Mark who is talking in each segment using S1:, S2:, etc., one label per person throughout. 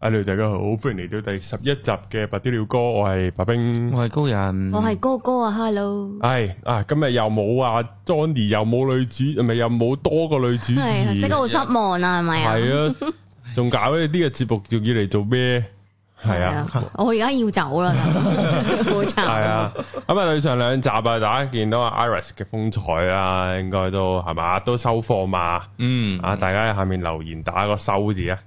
S1: Hello，大家好，歡迎嚟到第十一集嘅白啲料哥，我係白冰。
S2: 我係高
S1: 嗯
S2: 人，
S3: 我係哥哥啊，hello，
S1: 係啊，今日又冇啊 Johnny，又冇女主，咪又冇多個女主
S3: 係
S1: 持，
S3: 即刻好失望啊，係咪啊？
S1: 嗯係啊，仲搞呢啲嘅節目，仲要嚟做 咩？係啊。，
S3: 我而家要走 啦，好慘。
S1: 系啊，咁啊，對上兩集啊，大家見到阿 Iris 嘅風采啦，應該都係嘛，都收貨嘛，
S2: 嗯，
S1: 啊，大家喺下面留言打個收字 啊，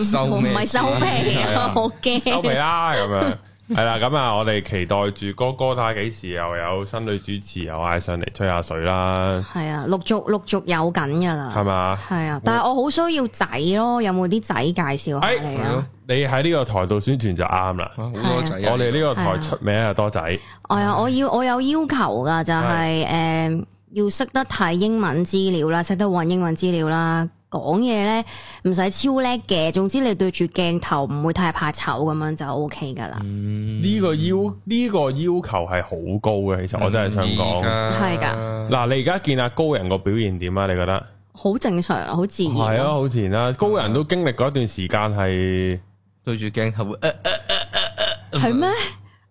S2: 收
S3: 我唔
S2: 咩？
S3: 係收皮
S1: 係啊
S3: 啊，好
S1: 收皮
S3: 驚。
S1: 啦，咁樣係啦，咁啊，我哋期待住哥哥睇下幾時又有新女主持又嗌上嚟吹下水啦，
S3: 係啊，陸續陸續有緊㗎
S1: 係
S3: 啦。
S1: 嘛？
S3: 係啊，但係我好需要仔咯，有冇啲仔介紹下
S1: 哎
S3: 你啊？
S1: 你喺呢個台度宣傳就啱啦，
S2: 好多仔啊，
S1: 我哋呢個台出名係多仔，
S3: 係啊，我要我有要求㗎，就係誒要識得睇英文資料啦，識得揾英文資料啦。講嘢咧唔使超叻嘅，總之你對住鏡頭唔會太怕醜咁樣就 O K 㗎啦。
S1: 呢個要呢個要求係好高嘅，其實我真係想
S2: 嗯
S1: 講。
S3: 係
S2: 噶
S1: 嗱，你而家見阿高人個表現點啊？你覺得
S3: 好正常啊，好自然。
S1: 係啊，好自然啦。高人都經歷嗰一段時間係
S2: 對住鏡頭會，呃
S3: 係咩？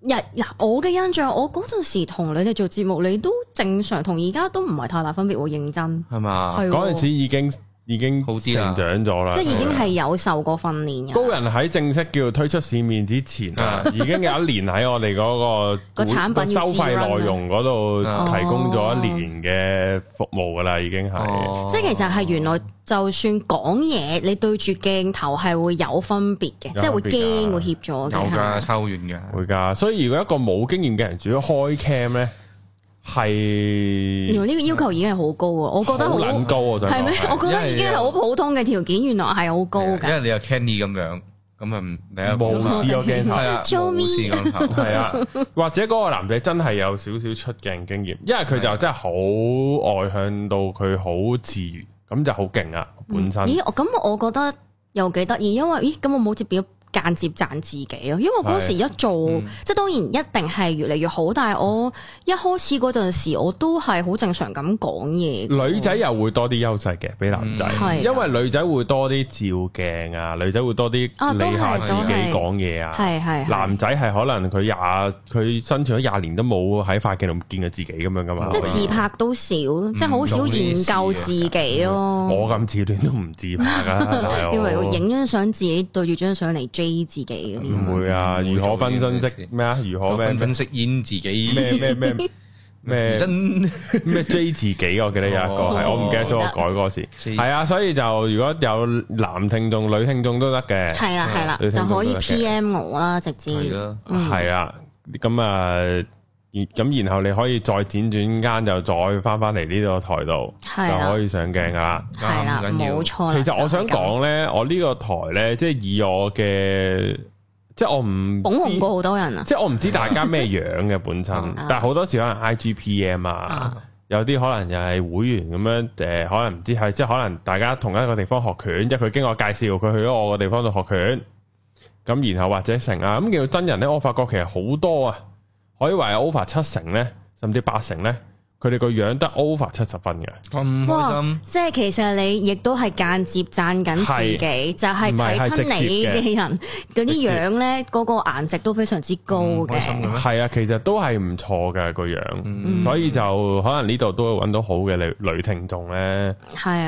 S3: 日嗱，我嘅印象，我嗰陣時同你哋做節目，你都正常，同而家都唔係太大分別喎，認真
S2: 係嘛？
S3: 係
S1: 啊嗰
S3: 喎
S1: 陣時啊已經已經
S2: 好啲啦
S1: 成長咗啦。
S3: 即係已經係有受過訓練
S1: 高
S3: 嘅。
S1: 人喺正式叫推出市面之前啊，已經有一年喺我哋嗰個
S3: 個產品要啊
S1: 收費內容嗰度
S2: 啊
S1: 提供咗一年嘅服務噶啦，已經係。
S2: 哦
S3: 即係其實係原來，就算講嘢，你對住鏡頭係會有分別嘅，
S1: 有
S3: 即係會
S1: 分別㗎
S3: 驚會怯咗嘅。
S2: 有
S3: 係
S2: 噶
S3: 咪
S2: 抽完噶，
S1: 會㗎，所以如果一個冇經驗嘅人，主要開 cam 咧，
S3: 原來
S1: 係
S3: 呢個要求已經係好高啊！我覺得
S1: 好
S3: 好
S1: 撚高啊！我想
S3: 係
S1: 講
S3: 咩？我
S1: 係
S3: 覺得已經係好普通嘅條件，原來係好高
S2: 因
S3: 㗎。
S2: 為你有 Candy 咁樣，咁啊唔你有
S1: 冇試過鏡頭。
S2: 係啊，
S3: Show
S2: 冇試過鏡頭
S1: 系啊，或者嗰個男仔真係有少少出鏡經驗，因為佢就真係啊好外向到佢好自如，咁就好勁啊！本身
S3: 嗯咦，我咁我覺得又幾得意，因為咦咁我冇接表間接讚自己咯，因為嗰時一做，
S1: 嗯
S3: 即係當然一定係越嚟越好，但係我一開始嗰陣時我都係好正常咁講嘢嘅。
S1: 女仔又會多啲優勢嘅，比男仔
S2: 嗯
S3: 係，
S1: 因為女仔會多啲照鏡啊，女仔會多啲
S3: 啊都係
S1: 理下自己講嘢啊。
S3: 係係係
S1: 男仔係可能佢廿佢生存咗廿年都冇喺塊鏡度見過自己咁樣噶嘛。
S3: 即係自拍都少，
S1: 嗯
S3: 即係好少研究自己咯。
S1: 我咁自戀都唔自拍 噶，大佬
S3: 以為我影張相自己對住張相嚟 J 自己嗰啲。
S1: 唔會啊？
S2: 唔會
S1: 如何分
S2: 做
S1: 身
S2: 呢件
S1: 析
S2: 事
S1: 咩啊？如何
S2: 我
S1: 咩
S2: 分 分析煙自己
S1: 咩咩咩咩
S2: 真
S1: 咩 J 自己，我記得有一個
S2: 哦
S1: 係我唔記得咗我改嗰時，
S2: J
S1: 係啊，所以就如果有男聽眾、女聽眾都得嘅，
S3: 係啦係啦，
S1: 女嗯聽
S3: 就
S1: 眾
S3: 可以
S1: 都得嘅
S3: PM 我啦，直接。
S2: 係咯，
S3: 嗯
S1: 係啊，咁啊，然咁然後你可以再輾轉間就再翻翻嚟呢個台度，
S3: 係
S1: 就
S3: 啦
S1: 可以上鏡噶啦。
S3: 係啦，
S2: 啱唔緊要
S3: 冇錯啦。
S1: 其實我想
S3: 就係咁
S1: 講呢，我呢個台呢，即係以我嘅，即係我唔
S3: 捧紅
S1: 知
S3: 過好多人啊。
S1: 即係我唔知大家咩樣嘅本身
S3: 嗯，
S1: 但係好多時可能 IGPM 啊，有啲可能又係會員咁樣，誒、可能唔知係即係可能大家同一個地方學拳，即係佢經我介紹，佢去咗我個地方度學拳，咁然後或者成啊，咁見到真人呢，我發覺其實好多啊，可以話有 over 七成呢，甚至八成呢，佢哋個樣得 over 七十分嘅，
S2: 咁開心。
S3: 即係其實你亦都係間接讚緊自己，就係睇親你嘅人嗰啲樣咧，嗰個顏值都非常之高
S2: 嗯
S3: 嘅
S2: 開。心嘅咩？
S1: 係啊，其實都係唔錯嘅個樣，所以就可能呢度都會揾到好嘅女女聽眾呢。
S3: 係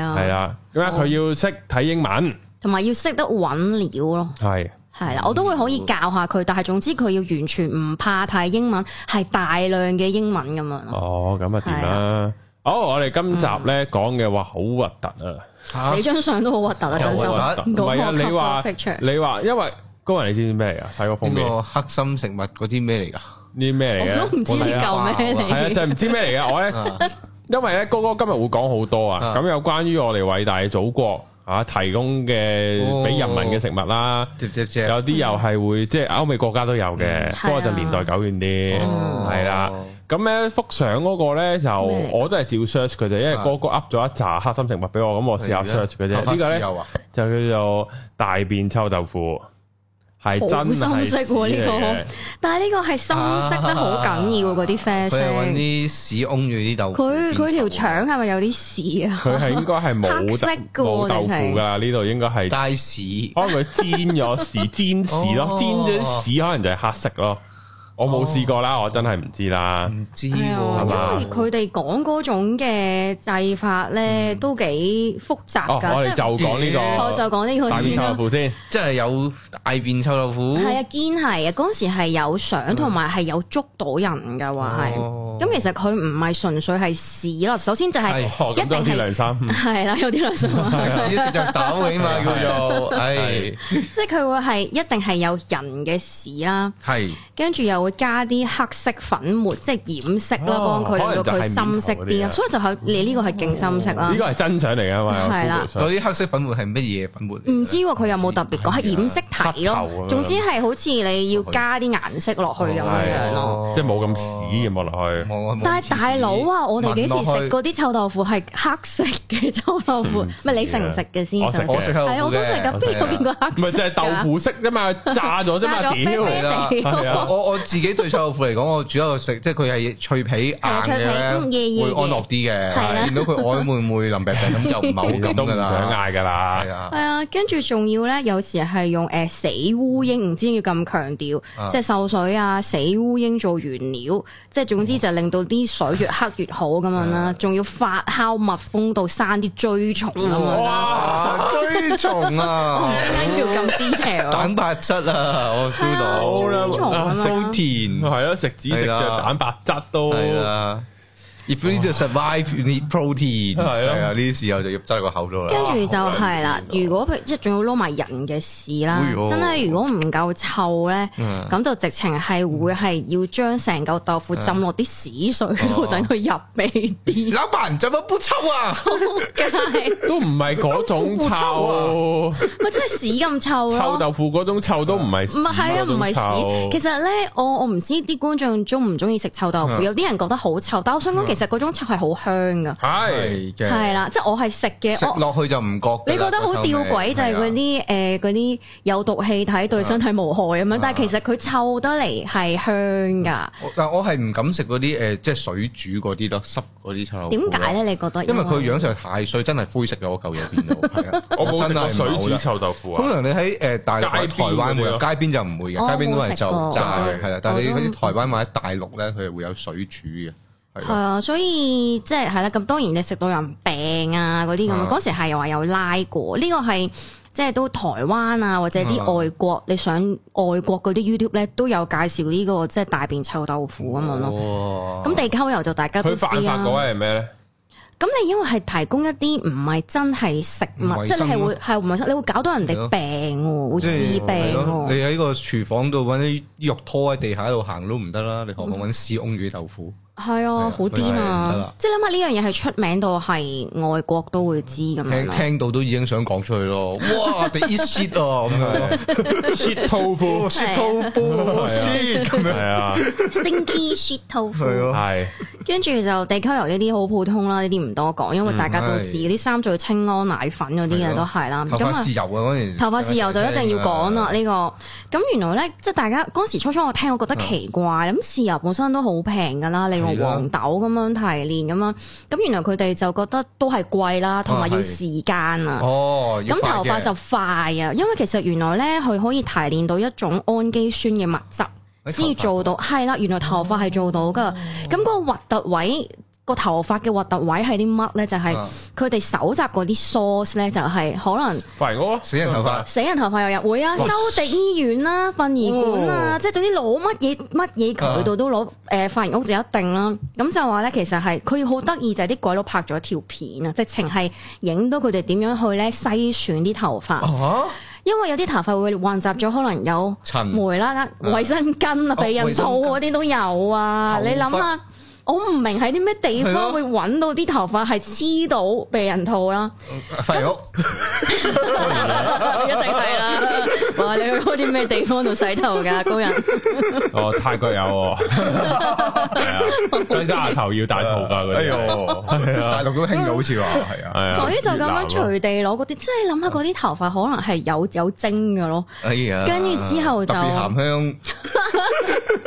S1: 係
S3: 啊，
S1: 啦，因為佢要識睇英文，
S3: 同埋要識得揾料咯。
S1: 係
S3: 係啦，我都會可以教下佢，但係總之佢要完全唔怕睇英文，係大量嘅英文咁樣咯。
S1: 哦，咁啊掂啦。好，我哋今集咧講嘅話好核突啊，
S2: 嚇
S3: 你張相都好核突啊，真心
S2: 有啊
S1: 好核突，唔係啊，
S3: 嗰
S1: 你
S3: 個
S1: 話
S3: cover picture
S1: 你話，因為高人你知唔知咩嚟啊？睇個封
S2: 呢
S1: 面
S2: 個黑心食物嗰啲咩嚟㗎？
S1: 呢咩啊嚟
S3: 我
S1: 嘅
S3: 都唔知呢嚿咩
S2: 我
S1: 係啊，
S3: 嚟
S1: 就係唔知咩嚟嘅。我咧，因為咧，哥哥今日會講好多啊，
S2: 啊
S1: 咁有關於我哋偉大嘅祖國啊提供嘅俾人民嘅食物啦。
S2: 只只只
S1: 有啲又係會即係歐美國家都有嘅，不過就
S3: 係啊
S1: 年代久遠啲，
S2: 哦
S1: 係啦。咁咧幅相嗰個咧就
S3: 咩嚟㗎
S1: 我都係照 search 佢啫，因為哥哥 up 咗一紮黑心食物俾
S2: 啊
S1: 我，咁我試下 search 佢啫。呢個咧
S2: 咧
S1: 就叫做大便臭豆腐，係真
S3: 好
S1: 係
S3: 深色喎呢個
S1: 呢
S3: 但係呢個係深色得好緊要喎嗰啲啡
S2: 佢
S3: 色。
S2: 係揾啲屎擁住啲豆腐
S3: 佢佢
S2: 變
S3: 條
S2: 稠
S3: 腸係咪有啲屎啊？
S1: 佢係應該係
S3: 黑
S1: 冇
S3: 色
S1: 豆
S3: 㗎喎
S1: 冇豆
S3: 直
S1: 腐
S3: 情
S1: 㗎，呢度應該係
S2: 帶屎，
S1: 可能佢煎咗 屎，煎屎咯，
S2: 哦
S1: 煎咗啲屎可能就係黑色咯。我冇試過啦，我真係唔知啦。
S2: 唔知
S3: 係啊，
S1: 係
S2: 喎，
S1: 嘛
S3: 因為佢哋講嗰種嘅製法咧，都幾複雜
S1: 嗯哦，我哋
S3: 㗎。即啊係
S1: 就講呢
S3: 我
S1: 個
S3: 就講呢
S1: 大
S3: 個
S1: 面
S3: 先
S1: 臭豆
S3: 啦。
S1: 腐先。
S2: 即係有大便臭豆腐，
S3: 係啊，堅係啊，嗰陣時係有
S1: 嗯
S3: 相同埋係有捉到人㗎話係。
S2: 哦
S3: 咁其實佢唔係純粹係屎咯，首先就係
S2: 係
S1: 哦，咁都有
S3: 一
S1: 啲
S3: 定係
S1: 良心。
S3: 係啦，有啲類似話。
S2: 屎食着豆起嘛叫做，
S1: 係
S2: 係
S3: 即係佢會係一定係有人嘅屎啦，
S2: 係
S3: 跟住又會加啲黑色粉末，即係染色啦，
S1: 哦
S3: 幫佢令到佢深色
S1: 可能就係面頭嗰啲
S3: 啲
S1: 啊
S3: 啊。所以就係你呢個係勁深色啦
S1: 呢。個係真相嚟嘅嘛？
S3: 啊係啦
S2: 嗰啲黑色粉末係乜嘢粉末嚟㗎？啊
S3: 唔知喎，佢有冇特別講係染色體
S1: 啊黑頭咁
S3: 咯
S1: 樣？
S3: 總之係好似你要加啲顏色落去咁樣樣咯。
S1: 係即啊係冇咁屎嘅望落去。
S2: 冇啊，冇
S3: 但
S2: 黐
S3: 係
S2: 線
S3: 大佬啊，我哋幾時
S2: 聞落
S3: 食嗰啲臭豆腐係黑色嘅臭豆腐？
S1: 唔
S3: 唔
S1: 知啊
S3: 係你食唔食嘅先？
S1: 我食
S3: 就
S1: 嘅
S2: 去我食臭豆腐
S3: 係我都食
S2: 嘅啊
S3: 㗎，邊有見過黑
S1: 唔
S3: 色
S1: 係
S3: 㗎？
S1: 就係豆腐色啫嘛，炸咗啫嘛，
S3: 炸咗啡
S1: 屌！
S3: 啡地
S1: 係啊
S3: 喎
S1: 係啊
S2: 我我我自己對臭豆腐嚟講，我主要食即係佢係脆皮硬
S3: 係脆
S2: 嘅
S3: 皮
S2: 咧，
S3: 嗯夜夜
S2: 會
S3: 嘅
S2: 安樂啲
S3: 係啊
S2: 嘅。
S3: 啦
S2: 見到佢曖昧昧淋病病咁就唔係好
S1: 咁
S2: 咁
S1: 都唔
S2: 噶
S1: 想
S2: 啦。
S1: 嗌㗎啦
S2: 係。
S3: 係
S2: 啊，
S3: 啊，跟住仲要咧，有時係用誒、呃死烏蠅，唔知要咁強調，
S2: 啊
S3: 即係鏽水啊、死烏蠅做原料，即係
S1: 哦
S3: 總之就令到啲水越黑越好咁樣
S1: 啊
S3: 啦。仲要發酵密封到生啲蛆蟲咁樣啦。
S2: 哇，追蟲
S3: 我唔
S2: 啊，
S3: 知點解要咁 detail 啊
S2: 蛋白質啊，我
S1: 好
S2: feel 到
S1: 啦
S3: 蛆蟲啊嘛
S2: 好甜，
S1: 係咯，食紙食
S2: 係
S1: 着
S2: 啦
S1: 蛋白質都
S2: 係啦。If you need to survive, you need protein。
S1: 係
S2: 係
S1: 啊
S2: 啊，呢啲時候就入咗個口度
S3: 跟
S2: 啦。
S3: 住就係啦，如果譬即係仲要撈埋人嘅事啦
S2: 哎，呦
S3: 真係如果唔夠臭咧，
S2: 嗯
S3: 咁就直情係會係要將成嚿豆腐浸落啲屎水度，
S2: 哦
S3: 等佢入鼻啲。
S2: 老闆怎麼不臭啊？
S3: 係
S1: 都唔係嗰種臭，
S3: 咪真係屎咁臭咯？
S1: 臭豆腐嗰種臭都唔係屎
S3: 唔係係啊，
S1: 嗰
S3: 唔
S1: 種
S3: 係
S1: 臭
S3: 屎。其實咧，我我唔知啲觀眾中唔中意食臭豆腐，
S2: 嗯
S3: 有啲人覺得好臭，但我想講其實嗰種臭係好香噶，
S1: 係
S2: 嘅
S3: 係啦，即係我係食
S2: 食
S3: 嘅。我
S2: 落去就唔覺㗎啦。
S3: 你覺得好吊
S2: 個臭味
S3: 詭就係嗰
S2: 係啊
S3: 啲誒嗰啲有毒氣體
S2: 啊
S3: 對身體無害咁樣，但係其實佢臭得嚟係香㗎。
S2: 我但我係唔敢食嗰啲誒，即係水煮嗰啲咯，濕嗰啲臭豆腐
S3: 點
S2: 咯。
S3: 解咧？你覺得？
S2: 啊因為佢樣上太衰，真係灰色嘅嗰嚿嘢變到。係啊
S1: 我冇食
S2: 真
S1: 過
S2: 係
S1: 水
S2: 唔好
S1: 煮
S2: 啦
S1: 臭豆腐
S2: 通
S1: 啊，
S2: 常你喺誒大陸或者
S1: 街邊
S2: 台灣會
S1: 嗰啲咯
S2: 有，街邊就唔會
S3: 哦
S2: 嘅，街邊都係
S3: 我冇
S2: 就
S3: 食過哦
S2: 炸
S3: 我
S2: 嘅，
S3: 都
S2: 係啦。但係你
S3: 我都
S2: 嗰
S3: 冇
S2: 啲
S3: 食
S2: 台灣或者大陸咧，佢係會有水煮嘅，係
S3: 係
S2: 啊
S3: 啊，所以即係係啦。咁當然你食到人病啊嗰啲咁樣，
S2: 啊
S3: 嗰時係又話有拉過，呢個係即係都台灣啊或者啲
S2: 啊
S3: 外國，你上外國嗰啲 YouTube 咧都有介紹呢個即係大便臭豆腐咁樣咯。
S1: 哦
S2: 哇！
S3: 咁地溝油就大家都
S1: 佢
S3: 知
S1: 犯法嗰
S3: 啦。
S1: 位係咩 咧？
S3: 咁你因為係提供一啲唔係真係食
S2: 唔
S3: 物，
S2: 衞
S3: 即係你係
S2: 生咯
S3: 會係唔衞生，你會搞到人
S2: 係
S3: 哋
S2: 咯
S3: 病喎，會
S2: 即
S3: 治病
S2: 係咯，你
S3: 喎。
S2: 喺個廚房度揾啲肉拖喺地下度行都唔得啦，你何況揾絲翁魚豆腐？
S3: 係啊，好
S2: 係
S3: 癲
S2: 啊得
S3: 啊
S2: 啦！
S3: 即係諗下呢樣嘢係出名到係外國都會知咁樣
S2: 聽
S3: 咯。
S2: 聽到都已經想講出去咯。哇！第一 shit 啊咁 樣。
S1: 切豆腐
S2: shit 到
S1: 係啊
S2: 波 shit 咁
S1: 係
S2: 樣，
S1: 啊，
S3: Stinky shit 豆腐。
S2: 係啊咯，
S1: 係
S3: 跟住就地溝油呢啲好普通啦，呢啲唔多講，因為大家都知
S2: 嗯係
S3: 啲三聚氰胺奶粉嗰啲嘢都係啦。
S2: 頭
S3: 咁
S2: 髮
S3: 啊
S2: 豉，油啊嗰陣，
S3: 頭髮豉油就一
S2: 啊
S3: 定要講啦呢個。咁原來咧，即係大家嗰時初初我聽，我覺得奇怪，咁豉油本身都好平㗎啦，你用
S2: 係啦
S3: 黃豆咁樣提煉咁樣，咁原來佢哋就覺得都係貴啦，同埋
S2: 啊
S3: 要
S2: 係
S3: 時間啊。
S2: 哦，要
S3: 咁
S2: 快
S3: 頭
S2: 嘅
S3: 髮就快啊，因為其實原來咧佢可以提煉到一種氨基酸嘅物質，
S2: 喺哦
S3: 先至做到。係啦，原來頭髮係做到噶。咁嗰個核突位，個頭髮嘅核突位係啲乜咧？就係
S2: 啊
S3: 佢哋搜集嗰啲 source 咧，就係可能
S1: 髮型屋
S2: 死人頭髮，
S3: 死人頭髮又入會啊，
S2: 哇
S3: 周地醫院啦、殯儀館
S2: 哦
S3: 啊，
S2: 啊
S3: 即係總之攞乜嘢乜嘢渠道都攞，誒髮型屋就一定啦。咁就話咧，其實係佢好得意就係啲鬼佬拍咗條片啊，直情係影到佢哋點樣去咧篩選啲頭髮。
S2: 啊
S3: 因為有啲頭髮會混雜咗，可能有
S2: 塵
S3: 霉啦、衛生巾啊、
S2: 嗯啊哦
S3: 避孕套嗰啲都有啊。
S2: 頭
S3: 你
S2: 髮
S3: 諗下，我唔明喺啲咩地
S2: 係
S3: 方
S2: 咯
S3: 會揾到啲頭髮係黐
S2: 哦
S3: 到避孕套啦，
S2: 髮屋
S3: 一定係啦。哇！你去嗰啲咩地方度洗頭㗎，高人？
S1: 哦，泰國有 喎，係啊西沙牙頭要大肚噶嗰
S2: 哎
S1: 啲，
S2: 呦，
S1: 係啊
S2: 大陸都興嘅好似話係啊，
S1: 係啊
S3: 所以就咁
S1: 越南
S3: 樣
S1: 咯
S3: 隨地攞嗰啲，即係諗下嗰啲頭髮可能係有有精嘅咯，
S2: 哎呀，
S3: 跟住之後就
S2: 特別鹹香，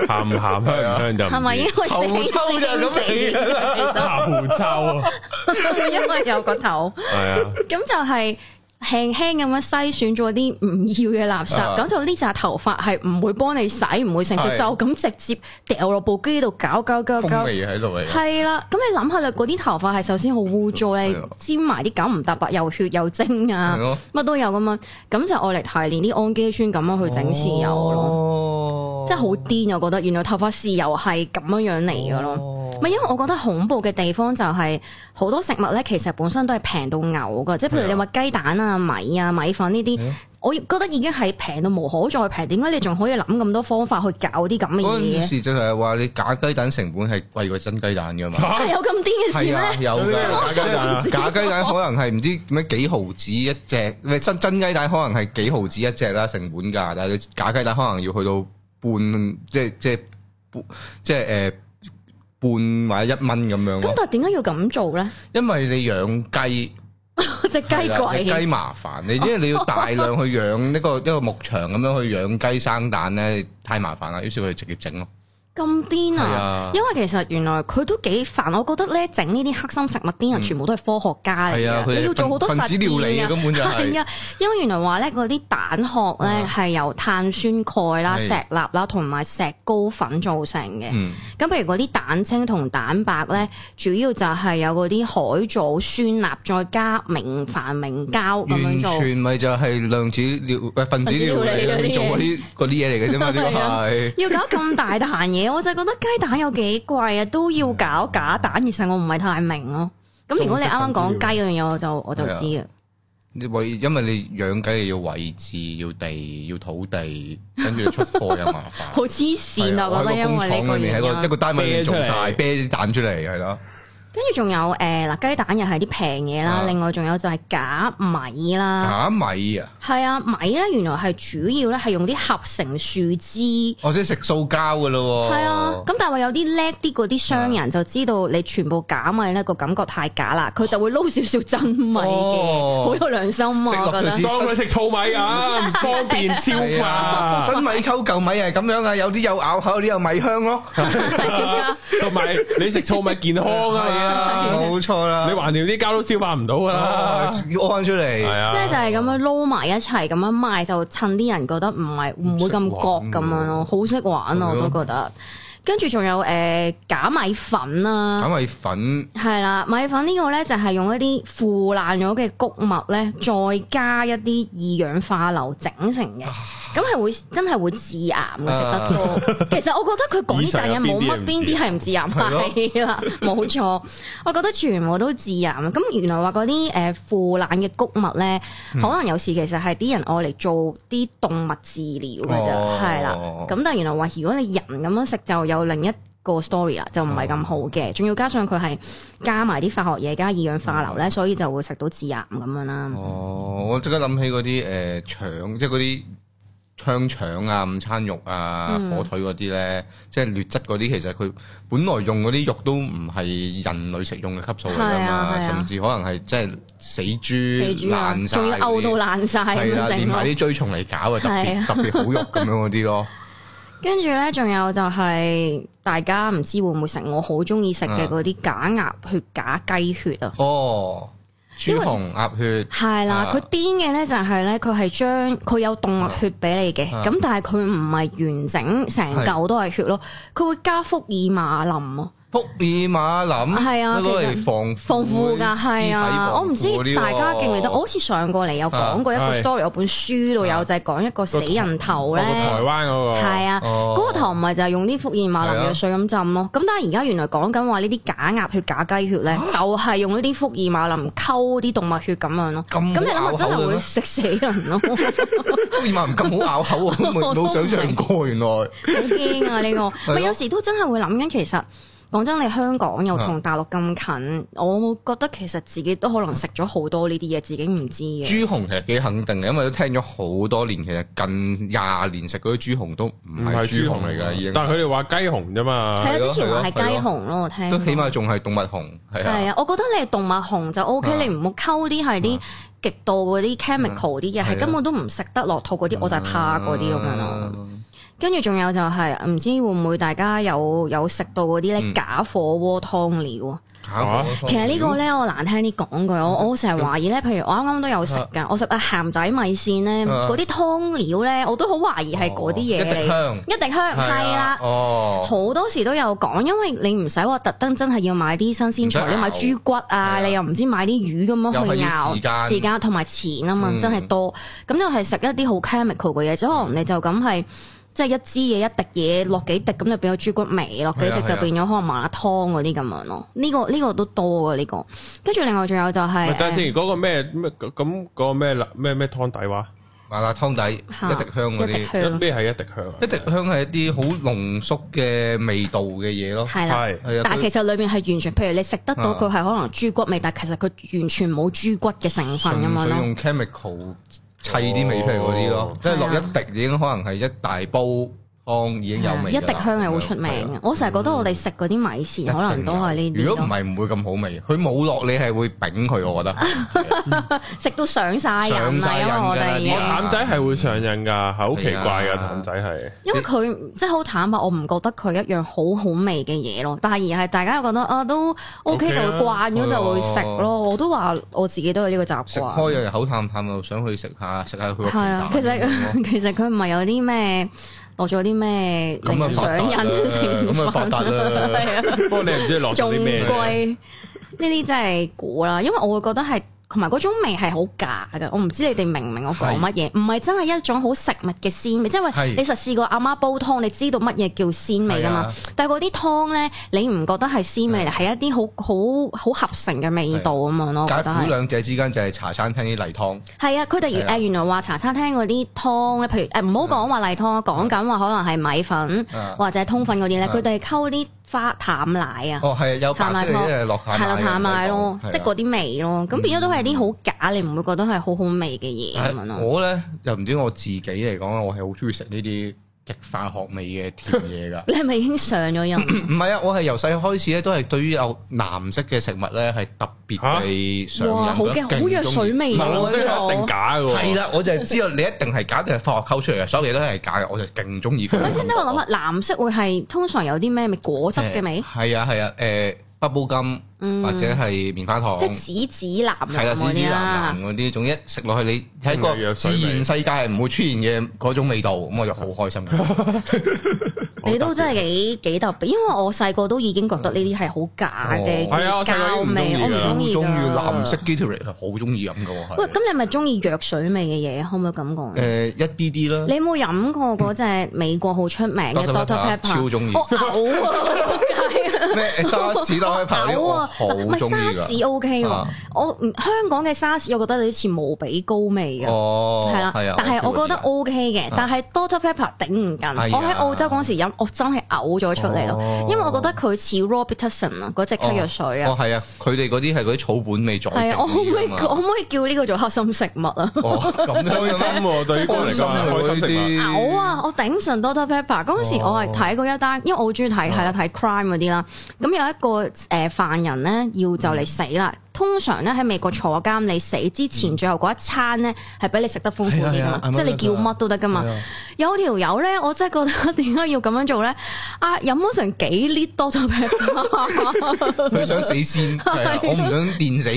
S1: 鹹唔鹹香唔香就唔知
S3: 係咪因為
S2: 頭
S3: 死
S2: 抽就咁嚟
S1: 鹹臭啊？
S3: 因為有個頭，
S1: 係啊，
S3: 咁就係輕輕咁樣篩選咗啲唔要嘅垃圾，
S2: 啊
S3: 咁就呢扎頭髮係唔會幫你洗，唔會成，就
S2: 係
S3: 咁直接掉落部機度搞搞搞搞
S2: 風。味喺度嚟啊嘅，
S3: 係啦，咁你諗下啦，嗰啲頭髮係首先好污糟咧
S2: 係啊，
S3: 沾埋啲九唔搭八，又血又精
S2: 係
S3: 啊，
S2: 咯，
S3: 乜都有咁樣，咁就愛嚟提煉啲氨基酸咁樣去整豉油
S2: 哦
S3: 咯，
S2: 咯
S3: 真係好癲啊！我覺得原來頭髮豉油係咁樣樣嚟嘅咯。
S2: 咯
S3: 唔係因為我覺得恐怖嘅地方就係、好多食物咧，其實本身都係平到牛㗎，即係譬如你話雞蛋啊、米啊、米粉呢啲
S2: 係啊，
S3: 我覺得已經係平到無可再平。點解你仲可以諗咁多方法去搞啲咁嘅
S2: 嗰
S3: 嘢
S2: 陣
S3: 嘅？
S2: 時就係話你假雞蛋成本係貴過真雞蛋㗎嘛。
S1: 嚇
S3: 係有咁癲嘅事
S2: 係啊，
S3: 咩？
S2: 有
S1: 假
S2: 嘅
S1: 雞蛋啊
S2: 假雞蛋可能係唔知咩幾毫子一隻，咩真真雞蛋可能係幾毫子一隻啦，成本㗎。但係你假雞蛋可能要去到半，即係即係半即係誒、呃半或者一蚊咁樣
S3: 咁
S2: 咯。
S3: 但係點解要咁做咧？
S2: 因為你養雞
S3: 只雞
S2: 係啦你雞
S3: 貴，
S2: 麻煩， 你因為你要大量去養一個一個牧場咁樣去養雞生蛋咧，太麻煩啦。於是佢哋直接整咯。
S3: 咁癲
S2: 係
S3: 啊！
S2: 啊
S3: 因為其實原來佢都幾煩，我覺得咧整呢啲黑心食物啲人全部都係科學家嚟
S2: 係嗯啊，佢
S3: 嘅，
S2: 哋
S3: 你要做好多
S2: 分
S3: 實
S2: 分子料理
S3: 驗
S2: 嘅
S3: 啊。
S2: 根本就 啊係、
S3: 係啊，因為原來話咧嗰啲蛋殼咧係由碳酸鈣啦、
S2: 係
S3: 石蠟啦同埋石膏粉造成嘅。
S2: 嗯
S3: 咁譬如嗰啲蛋清同蛋白咧，主要就係有嗰啲海藻酸鈉再加明矾明膠咁
S2: 完
S3: 樣做。
S2: 全咪就係量子料喂分子料理裏面做嗰 啲嗰啲嘢嚟嘅啫嘛，呢個
S3: 啊
S2: 係
S3: 要搞咁大壇嘢，我就覺得雞蛋有幾貴啊，都要搞假蛋。其實我唔係太明咯。咁如果你啱啱講雞嗰樣嘢，我就我就知啊啦。
S2: 啊你為因為你養雞你要位置、要地、要土地，跟住出貨又麻煩。
S3: 好黐線啊！我覺得因為呢個
S2: 個
S3: 原
S2: 喺個一
S3: 因。
S2: 個單位裏面做晒，
S1: 啤出嚟
S2: 啤啲蛋出嚟係咯，
S3: 跟住仲有誒嗱雞蛋又係啲平嘢啦
S2: 啊，
S3: 另外仲有就係假米啦，
S2: 假米啊，
S3: 係啊米咧原來係主要咧係用啲合成樹枝。
S2: 我即係食塑膠噶咯喎。
S3: 係啊，咁但係話有啲叻啲嗰啲商
S2: 啊
S3: 人就知道你全部假米咧個感覺太假啦，佢就會撈少少真米嘅，
S2: 哦
S3: 好有良心啊！
S2: 食落
S3: 我覺
S2: 就
S3: 得
S2: 知
S1: 當佢食糙米啊，唔方便消
S2: 係啊，
S1: 化，
S2: 新米溝舊米係咁樣啊，有啲有咬口，有啲有米香 咯。
S3: 係啊，
S1: 同埋你食糙米健康
S2: 係啊，
S1: 啊，
S2: 冇錯啦。
S1: 你橫掂啲膠都消化唔到噶啦，
S2: 哦要安出
S1: 係
S2: 嚟，
S1: 啊，
S3: 即係就係咁樣撈埋一齊咁樣賣，就趁啲人覺得唔係唔會咁覺咁樣咯，好識玩啊！我都覺得。跟住仲有誒假米粉啊啦，
S2: 咁咪粉。
S3: 係啦，米粉呢個呢，就係用一啲腐爛咗嘅谷物呢，再加一啲二氧化硫整成嘅，咁係會真係會致癌嘅食得多。其實我覺得佢講呢陣嘢冇乜邊啲係唔致癌，係啦，冇錯。我覺得全部都致癌。啊咁原來話嗰啲誒腐爛嘅谷物呢，可能有時其實係啲人愛嚟做啲動物治療嘅啫，
S2: 哦
S3: 係啦、咁但係原來話，如果你人咁樣食，就有另一個 story 啦，就唔係咁好嘅。仲要加上佢係加埋啲化學嘢，加二氧化硫咧，所以就會食到致癌咁樣啦。
S2: 嗯哦，我即刻諗起嗰啲誒呃腸，即係嗰啲香腸啊、午餐肉啊、
S3: 嗯
S2: 火腿嗰啲咧，即係劣質嗰啲，其實佢本來用嗰啲肉都唔係人類食用嘅級數嚟㗎
S3: 係啊
S2: 嘛，
S3: 係啊
S2: 甚至可能係即係死
S3: 死
S2: 豬
S3: 豬啊
S2: 爛，晒
S3: 仲要
S2: 嗰
S3: 漚
S2: 啲，
S3: 到爛晒咁
S2: 係啦，
S3: 樣
S2: 連
S3: 整
S2: 埋
S3: 咯。
S2: 啲追蟲嚟搞啊，特
S3: 係啊
S2: 別特別好肉咁樣嗰啲咯，
S3: 跟住咧，仲有就係大家唔知會唔會食我好中意食
S2: 啊
S3: 嘅嗰啲假鴨血、假雞血啊！
S2: 哦，豬
S3: 因為
S2: 紅鴨血。
S3: 係啦
S2: 啊，
S3: 佢癲嘅咧就係咧，佢係將佢有動物血俾你嘅，
S2: 啊
S3: 咁但係佢唔係完整成嚿都係血咯，佢會加福爾馬林啊咯。
S2: 福爾馬林
S3: 係啊
S2: 攞
S3: 其實
S2: 嚟防
S3: 防腐㗎，係啊，我唔知大家記唔記得，我好似上過嚟有講過一
S1: 啊
S3: 個
S1: 係
S3: story，有本書度有
S2: 啊
S3: 就係講一個死人頭
S1: 我
S3: 咧
S1: 個，台灣嗰個
S3: 係啊，
S2: 哦
S3: 嗰個頭唔係就係用啲福爾馬林
S2: 係
S3: 藥
S2: 啊
S3: 水咁浸咯。咁但係而家原來講緊話呢啲假鴨血、假雞血咧，
S2: 啊
S3: 就係用呢啲福爾馬林溝啲動物血咁樣咯。
S2: 咁
S3: 咁你
S2: 嗯咬
S3: 諗下真
S2: 口
S3: 係
S2: 嘅
S3: 會
S2: 咩
S3: 食死人 咯，
S2: 福爾馬林咁好咬口 啊，我冇冇想象過原來。
S3: 好驚啊呢個。
S2: 咯
S3: 咪有時都真係會諗緊，其實講真，你香港又
S2: 啊
S3: 同大陸咁近，我覺得其實自己都可能食咗好多呢啲嘢，自己唔知嘅。
S2: 豬紅其實幾肯定嘅，因為都聽咗好多年，其實近廿年食嗰啲豬紅都唔
S1: 唔
S2: 係
S1: 係
S2: 豬
S1: 豬
S2: 紅
S1: 紅
S2: 嚟㗎，已經
S1: 但係佢哋話雞紅啫嘛。
S3: 係啊，
S2: 係咯
S3: 之前話係
S2: 係咯
S3: 雞
S2: 係咯
S3: 紅咯，我聽
S2: 都起
S3: 過
S2: 碼仲係動物紅，係
S3: 係
S2: 啊，
S3: 啊，我覺得你係動物紅就
S2: 啊
S3: O K，你唔好溝啲係啲極度嗰啲 chemical 啲嘢，
S2: 係啊
S3: 係根本都唔食得落肚
S2: 嗯
S3: 嗰啲，我就係怕啊嗰啲咁樣咯。跟住仲有就係唔知會唔會大家有有食到嗰啲咧
S2: 嗯
S3: 假火鍋湯料啊？
S2: 啊
S3: 其實呢個咧我難聽啲講句，
S2: 嗯
S3: 我我成日懷疑咧，譬如我啱啱都有食㗎，我食啊鹹底米線咧，
S2: 啊哦
S3: 嗰啲湯料咧，我都好懷疑係嗰啲嘢
S2: 一滴
S3: 嚟，
S2: 香啊
S3: 一滴香係啊啦。
S2: 哦，
S3: 好多時都有講，因為你唔使話特登真係要買啲新鮮材
S2: 唔使
S3: 料，
S2: 熬
S3: 買豬骨啊，
S2: 係啊
S3: 你又唔知買啲魚咁
S2: 又係要時
S3: 樣去
S2: 間
S3: 熬，時間同埋錢啊嘛，
S2: 嗯
S3: 真係多。咁就係食一啲好 chemical 嘅嘢，即係可能你就咁係。即係一支嘢一滴嘢落幾滴咁就變咗豬骨味，落幾
S2: 係啊
S3: 滴
S2: 係
S3: 就
S2: 啊
S3: 變咗可能麻辣湯嗰啲咁樣咯。呢、個呢、個都多嘅呢、個。跟住另外仲有就係、
S1: 喂等陣
S3: 誒
S1: 先，嗰個咩咩咁嗰個咩辣咩咩湯底話，
S2: 麻辣湯底一滴香嗰
S3: 一滴
S2: 啲，
S1: 一
S3: 香
S1: 咩係一滴香啊？
S2: 一滴香係一啲好濃縮嘅味道嘅嘢咯，
S3: 係啦。
S1: 係
S2: 係啊，啊
S3: 但係
S2: 佢
S3: 其實裏面係完全，譬如你食得到佢係可能豬骨味，但係其實佢完全冇豬骨嘅成分咁
S2: 純
S3: 樣
S2: 粹
S3: 啊咯。
S2: 用 chemical 砌啲味出嚟嗰啲
S1: 哦
S2: 咯，即係落
S3: 係
S2: 一
S3: 啊
S2: 滴已經可能係一大煲湯已經有味
S3: 一
S2: 㗎啦，啊
S3: 滴香係好出名
S2: 係啊
S3: 嘅。我成日覺得我哋食嗰啲米線可能都係呢啲
S2: 如果唔
S3: 咯，
S2: 係唔會咁好味，佢冇落你係會丙佢，我覺
S3: 啊
S2: 得。
S3: 食到上晒癮
S2: 上
S3: 啦，
S2: 晒
S3: 因為
S2: 癮
S3: 我哋已經
S2: 㗎啦啲
S1: 淡仔係會上癮㗎，係好奇怪㗎，
S2: 係啊
S1: 淡仔係。
S3: 因為佢即係好坦白，我唔覺得佢一樣好好味嘅嘢咯。但係而係大家覺得啊都 OK
S1: OK
S3: 就
S1: 啊
S3: 會慣咗就會食
S2: 係
S3: 咯。我都話我自己都有呢個習
S2: 哦食
S3: 慣。
S2: 開又口淡淡，又想去食下食下佢個皮
S3: 係啊
S2: 蛋，咁
S3: 其
S2: 樣
S3: 實其實佢唔係有啲咩落咗啲咩
S2: 咁啊
S3: 令上癮成
S2: 咁
S3: 分
S2: 啊發達啦
S3: 係啊
S1: 不過你唔知落咗
S3: 仲
S1: 啲咩啫。
S3: 貴呢啲真係估啦，因為我會覺得係同埋嗰種味係好假嘅，我唔知你哋明唔明我講乜嘢，唔係真係一種好食物嘅鮮味，即係話
S2: 係
S3: 你實試過阿媽煲湯，你知道乜嘢叫鮮味噶
S2: 係
S3: 嘛
S2: 啊？
S3: 但係嗰啲湯咧，你唔覺得係鮮味嚟，係一啲好好好合成嘅味道咁樣咯，我覺
S2: 介
S3: 得
S2: 乎
S3: 係。
S2: 兩者之間就係茶餐廳啲例湯，
S3: 係啊，佢哋
S2: 係啊
S3: 誒原來話茶餐廳嗰啲湯咧，譬如誒唔好講話例湯啊，講緊話可能係米粉
S2: 啊
S3: 或者係通粉嗰啲咧，
S2: 啊
S3: 佢哋係溝啲花淡奶啊。
S2: 哦係有白色
S3: 淡
S2: 嘅
S3: 奶
S2: 嘢落
S3: 係
S2: 下啊
S3: 啦，嗯淡奶咯，即係嗰啲味咯，咁變咗都係啲好假，你唔會覺得係好好味嘅嘢咁樣
S2: 係
S3: 咯。
S2: 我咧又唔知我自己嚟講，我係好中意食呢啲極化學味嘅甜嘢㗎。
S3: 你係咪已經上咗 癮？
S2: 唔係啊，我係由細開始咧，都係對於有藍色嘅食物咧係特別地上癮
S3: 哇，好
S2: 嘅
S3: 驚，好弱水味啊
S1: 唔係
S3: 喎！
S2: 我
S1: 我即
S2: 覺
S1: 係
S2: 得
S1: 一定假㗎喎。
S2: 係啦，我就係知道你一定係假定係化學溝出嚟嘅，所有嘢都係假嘅，我就勁中意佢。
S3: 我先等我 諗下，藍色會係通常有啲咩味？果汁嘅味，
S2: 係啊係啊，誒北煲金
S3: 嗯
S2: 或者係棉花糖，
S3: 即係紫紫藍
S2: 係啦，
S3: 藍
S2: 紫
S3: 嗰
S2: 紫藍
S3: 啲啊啦
S2: 藍。嗰啲，總之一食落去你喺
S1: 嗯有
S2: 個
S1: 水
S2: 自
S1: 味
S2: 然世界係唔會出現嘅嗰種味道，咁我就好開心嘅。
S3: 你都真係嗯幾幾特別，因為我細個都已經覺得呢啲係好假嘅
S2: 哦
S1: 係啊我細個已經唔
S3: 膠味， 我
S1: 鍾意㗎啦
S2: 好
S3: 唔
S2: 中意藍
S3: 中意㗎
S2: 色 Gatorade 係好中意飲嘅喎，
S3: 喂，
S2: 係
S3: 咁你咪中意藥水味嘅嘢，可唔可以咁講？
S2: 誒一啲啲啦。
S3: 你有冇飲過嗰隻美國好出名嘅
S2: Dr.
S3: Doctor
S2: Pepper，
S3: Pepper？啊
S2: 超中意
S3: 我嘔啊！仆街啊！
S2: 咩誒沙士啦，開炮 啲
S3: 嘔
S2: 我
S3: 啊！
S2: 好
S3: 唔係
S2: 中意
S3: 沙士
S2: 㗎。
S3: O K 喎
S2: 啊，
S3: 我唔香港嘅沙士，我覺得有啲似無比高味嘅。
S2: 哦，
S3: 係啦，
S2: 係啊，
S3: 但係
S2: 中意
S3: 我覺
S2: 嗰啲
S3: 得
S2: 啊
S3: O K 嘅，但係 Doctor Pepper 頂唔緊。
S2: 係啊
S3: 我喺澳洲嗰時飲，我真係嘔咗出嚟咯
S2: 哦，
S3: 因為我覺得佢似 Robertson 啊，嗰隻咳藥水
S2: 哦
S3: 啊，
S2: 係啊，佢哋嗰啲係嗰啲草本味再
S3: 係啊，我可唔可以
S2: 勁啲㗎
S3: 我可
S2: 嘛
S3: 唔可以叫呢個做黑心食物啊？
S2: 哦咁
S1: 開
S2: 樣
S1: 心 喎，對於哥嚟講係 開心定
S2: 啲
S3: 嘔啊！我頂唔順 Doctor Pepper 嗰陣時，
S2: 哦
S3: 我係睇過一單，因為我好中意睇係啦睇 crime 嗰啲啦。咁有一個誒犯人咧要就
S2: 嗯
S3: 嚟死啦。通常咧喺美國坐監，你死之前最後嗰一餐咧係俾你食得豐富啲
S2: 嗯係啊係
S3: 噶嘛
S2: 啊，
S3: 即係你叫乜都得噶嘛
S2: 係啊。
S3: 有條友咧，我真係覺得 點解要咁樣做咧？啊，飲咗成幾 lit Doctor Pepper，
S2: 佢想死 先，係啊我唔想電死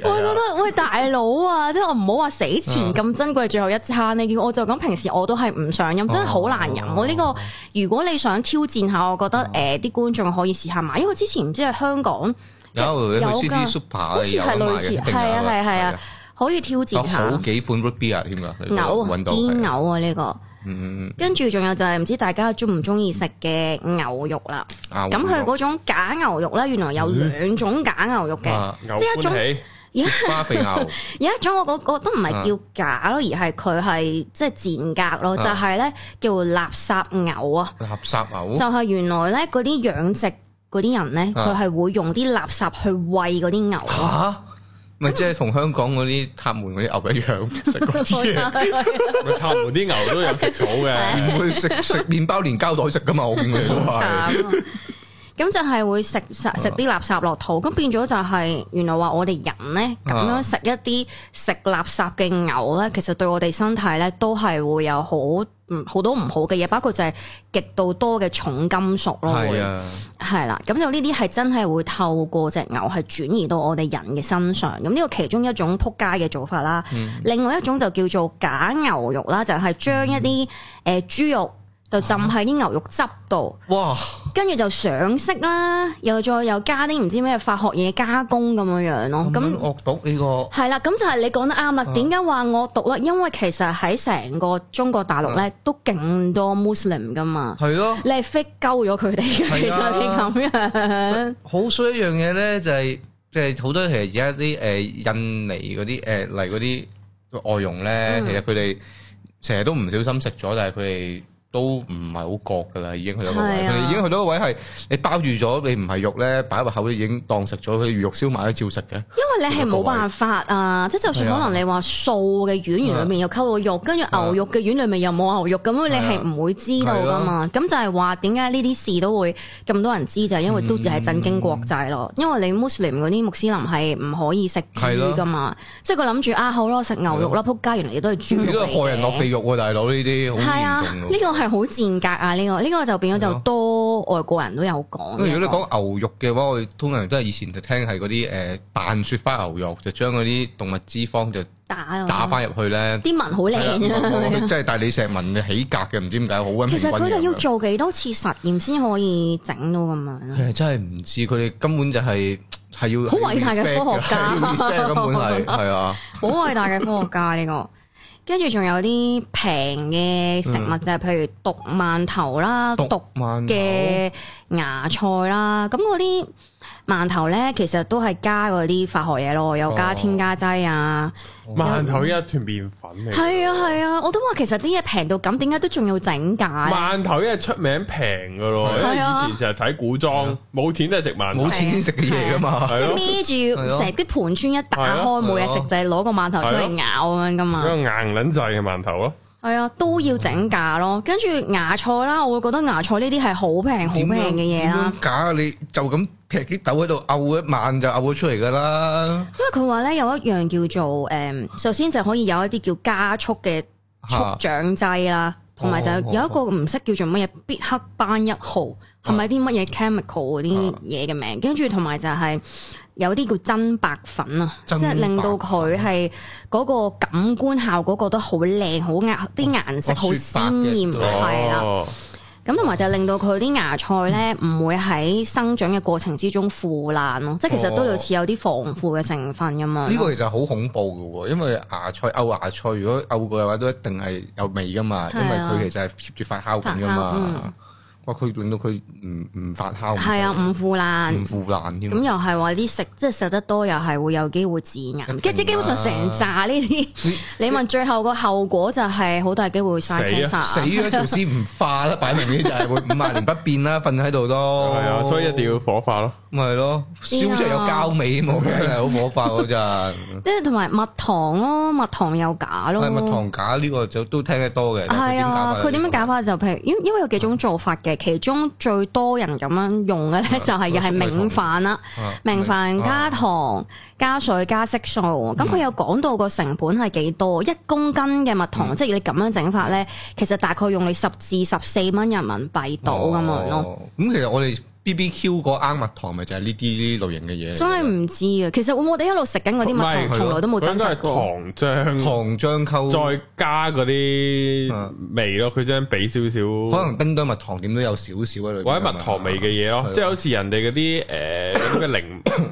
S2: 住。
S3: 我
S2: 係
S3: 覺
S2: 啊嗯
S3: 得喂大佬啊，即係我唔好話死前咁珍貴最後一餐你叫我就咁平時我都係唔想飲，真係好難
S2: 哦
S3: 飲。我呢個如果你想挑戰下，我覺得
S2: 嗯
S3: 誒啲觀眾可以試下買，因為之前唔知係香港
S2: 有你去
S3: 有
S2: CD
S3: 㗎
S2: Super
S3: 好似
S2: 有
S3: 係
S2: 得賣
S3: 類
S2: 嘅
S3: 似，
S2: 一定有㗎，
S3: 係啊係係啊，可以挑
S2: 有
S3: 戰
S2: 哦好
S3: 下。
S2: 幾款 root beer 添㗎，你
S3: 牛啊
S2: 揾到
S3: 堅
S2: 係啊
S3: 牛啊呢個，
S2: 嗯嗯
S3: 跟住仲有就係唔知大家中唔中意食嘅牛肉啦。
S2: 嗯啊
S3: 咁佢嗰種假牛肉咧，原來有兩種假牛肉嘅。
S2: 嗯啊
S1: 牛
S3: 即係一種
S1: 歡喜
S2: 花肥牛
S3: 有一種我覺覺得唔
S2: 啊
S3: 係叫假咯，而係佢係即係賤格咯，就係咧叫垃圾牛啊！
S2: 垃圾牛
S3: 就。係原來咧嗰啲養殖嗰嗰啲人咧，佢
S2: 啊
S3: 係會用啲垃圾去喂嗰啲牛咯。
S2: 吓，咪即係同香港嗰啲塔門嗰啲牛一樣，食嗰 啲嘢。
S1: 咪塔門啲牛都有食草嘅，
S2: 唔會食食麵包連膠袋食噶嘛，我見 佢哋都
S3: 慘啊
S2: 係。
S3: 咁就係會食
S2: 啊
S3: 食食啲垃圾落肚，咁變咗就係原來話我哋人咧咁
S2: 啊
S3: 樣食一啲食垃圾嘅牛咧，其實對我哋身體咧都係會有好嗯好多唔好嘅嘢，包括就係極度多嘅重金屬咯，
S2: 係
S3: 會
S2: 啊，
S3: 係啦，咁就呢啲係真係會透過只牛係轉移到我哋人嘅身上，咁呢個其中一種撲街嘅做法啦。
S2: 嗯
S3: 另外一種就叫做假牛肉啦，就係、將一啲
S2: 嗯
S3: 誒豬肉就浸喺啲牛肉汁度。
S2: 哇！
S3: 跟住就上色啦，又再又加啲唔知咩化學嘢加工咁樣樣咯。
S2: 咁
S3: 咁
S2: 惡毒呢個
S3: 係啦，咁就係你講得啱啦。
S2: 啊
S3: 點解話惡毒啦？因為其實喺成個中國大陸咧，都勁多 Muslim 噶嘛。
S2: 係咯。
S3: 你係 fake 鳩咗佢哋嘅，其
S2: 係啊
S3: 實你咁樣
S2: 好衰一樣嘢咧，就係即係好多其實而家啲誒印尼嗰啲誒嚟嗰啲外傭咧，
S3: 嗯
S2: 其實佢哋成日都唔小心食咗，但係佢哋都唔係好覺噶啦，已經去到個位，
S3: 係
S2: 佢
S3: 啊
S2: 哋已經去到個位係你包住咗，你唔係肉咧，擺入口都已經當食咗，佢哋魚肉燒賣都照食嘅。
S3: 因為你係冇辦法啊，即係就算
S2: 係啊
S3: 可能你話素嘅丸原裏面又溝到肉，跟住牛肉嘅丸裏面又冇牛肉，咁樣你係唔會知道噶嘛？咁就係話點解呢啲事都會咁多人知，就係因為都只係震驚國際咯。嗯因為你 Muslim 嗰啲穆斯林係唔可以食豬噶嘛，即係佢諗住啊好咯，食牛肉啦，仆街原來亦都係豬
S2: 你
S3: 肉
S2: 都
S3: 嚟
S2: 係害人落地
S3: 嘅。
S2: 獄喎，大佬呢啲好
S3: 係啊，
S2: 嚴重
S3: 呢
S2: 㗎。
S3: 個係好賤格啊！呢個呢個就變咗
S2: 係
S3: 就
S2: 咯
S3: 多外國人都有講
S2: 因
S3: 嘅一個。
S2: 為如果你講牛肉嘅話，我哋通常都係以前就聽係嗰啲誒扮雪花牛肉，就將嗰啲動物脂肪就
S3: 打啊
S2: 打翻入去咧。
S3: 啲文好靚啊！
S2: 即係大理石紋嘅起格嘅，唔知點解好温
S3: 其
S2: 平
S3: 實
S2: 均
S3: 佢哋要
S2: 嘅。
S3: 做幾多次實驗先可以整到咁樣
S2: 其
S3: 啊？
S2: 實真係唔知，佢哋根本就係係要
S3: 好偉大嘅科學家
S2: 係要 respect 根本 係係啊，
S3: 好偉大嘅科學家呢個。跟住仲有啲平嘅食物就係譬如毒饅頭啦、毒
S2: 饅頭
S3: 嘅芽菜啦，咁嗰啲饅頭咧其實都係加嗰啲化學嘢咯，有加
S2: 哦
S3: 添加劑啊。
S1: 饅頭一團麵粉嚟。
S3: 係啊係啊，我都話其實啲嘢平到咁，點解都仲要整假咧？
S1: 饅頭因為出名平噶咯，因為
S3: 係啊
S1: 以前成日睇古裝，冇錢都係食饅頭
S2: 冇。錢先食嘅嘢噶嘛。
S1: 係咯
S3: 即係
S2: 啊係
S3: 孭住
S2: 咯
S3: 成啲盤村一打
S1: 係
S3: 開，
S1: 咯
S3: 每日食
S2: 係咯
S3: 就係攞個饅頭出
S1: 係
S3: 嚟
S1: 咯
S3: 咬咁樣噶嘛。
S1: 一個硬撚滯嘅饅頭咯，
S3: 係啊，都要整價咯。跟住芽菜啦，我會覺得芽菜呢啲係好平、好
S2: 點
S3: 平
S2: 樣
S3: 嘅嘢啊啦。
S2: 點樣假？啊你就咁劈啲豆喺度漚一晚就漚咗出嚟噶啦。
S3: 因為佢話咧有一樣叫做誒、嗯首先就可以有一啲叫加速嘅速長劑啦，同埋就
S2: 哦
S3: 有一個唔識叫做乜嘢必克班一號，係咪啲乜嘢 chemical 嗰啲嘢嘅名？跟住同埋就係有啲叫真白粉啊，即
S2: 真
S3: 係令
S2: 白
S3: 到佢係嗰個感官效果覺得好靚、好顏啲顏色
S2: 哦
S3: 好
S2: 雪白
S3: 鮮
S2: 嘅
S3: 豔，係啦。
S1: 哦，
S3: 咁同埋就令到佢啲芽菜咧唔會喺生長嘅過程之中腐爛咯，即係其實都類似有啲防腐嘅成分咁樣。
S2: 哦呢個其實好恐怖嘅喎，因為芽菜漚芽菜，如果漚過嘅話，都一定係有味噶嘛，因
S3: 係
S2: 為
S3: 啊
S2: 佢其實係貼住發酵品噶
S3: 發酵嗯
S2: 嘛。哇！佢令到佢唔唔發酵，唔
S3: 係啊，唔腐
S2: 唔
S3: 爛。
S2: 腐爛添。
S3: 咁又係話啲食即係食得多，又係會有機會致癌。
S2: 定
S3: 即係基本上成扎呢 啲，你問最後個後果就係好大機會生
S1: 死啊
S3: cancer 啊。
S2: 死咗條屍唔化啦，擺明呢就係會 五萬年不變啦，瞓喺度
S1: 係
S2: 咯。
S1: 啊，所以一定要火化咯。
S2: 咪係咯，燒出嚟有膠味冇嘅，係好火化嗰陣。
S3: 即係同埋蜜糖咯，蜜糖又假咯。
S2: 係蜜糖假呢個就都聽得多嘅。
S3: 係啊，佢點樣搞
S2: 法呢？
S3: 法就譬如，因因為有幾種做法嘅，其中最多人咁樣用嘅咧，就係又係明飯啦，
S2: 啊
S3: 明飯加
S2: 啊
S3: 糖、加水、加色素。咁佢有講到個成本係幾多？一公斤嘅蜜糖，即係你咁樣整法咧，其實大概用你十至十四蚊人民幣到咁樣咯。
S2: 哦咁其實我哋 B B Q 嗰啱蜜糖咪就係呢啲類型嘅嘢嚟㗎。
S3: 真係唔知啊！其實我哋一路食緊嗰啲蜜
S1: 唔
S3: 糖，
S1: 係
S3: 從來都冇
S1: 佢應
S3: 真
S1: 該
S3: 實
S1: 係
S3: 過。
S1: 糖漿，
S2: 糖漿溝，
S1: 再加嗰
S2: 啊
S1: 啲味咯，佢將俾少少，
S2: 可能叮當蜜糖點都有少少喺裏邊。
S1: 或者蜜糖味嘅嘢
S2: 係
S1: 咯
S2: 啊，
S1: 即係好似人哋嗰啲诶咩檸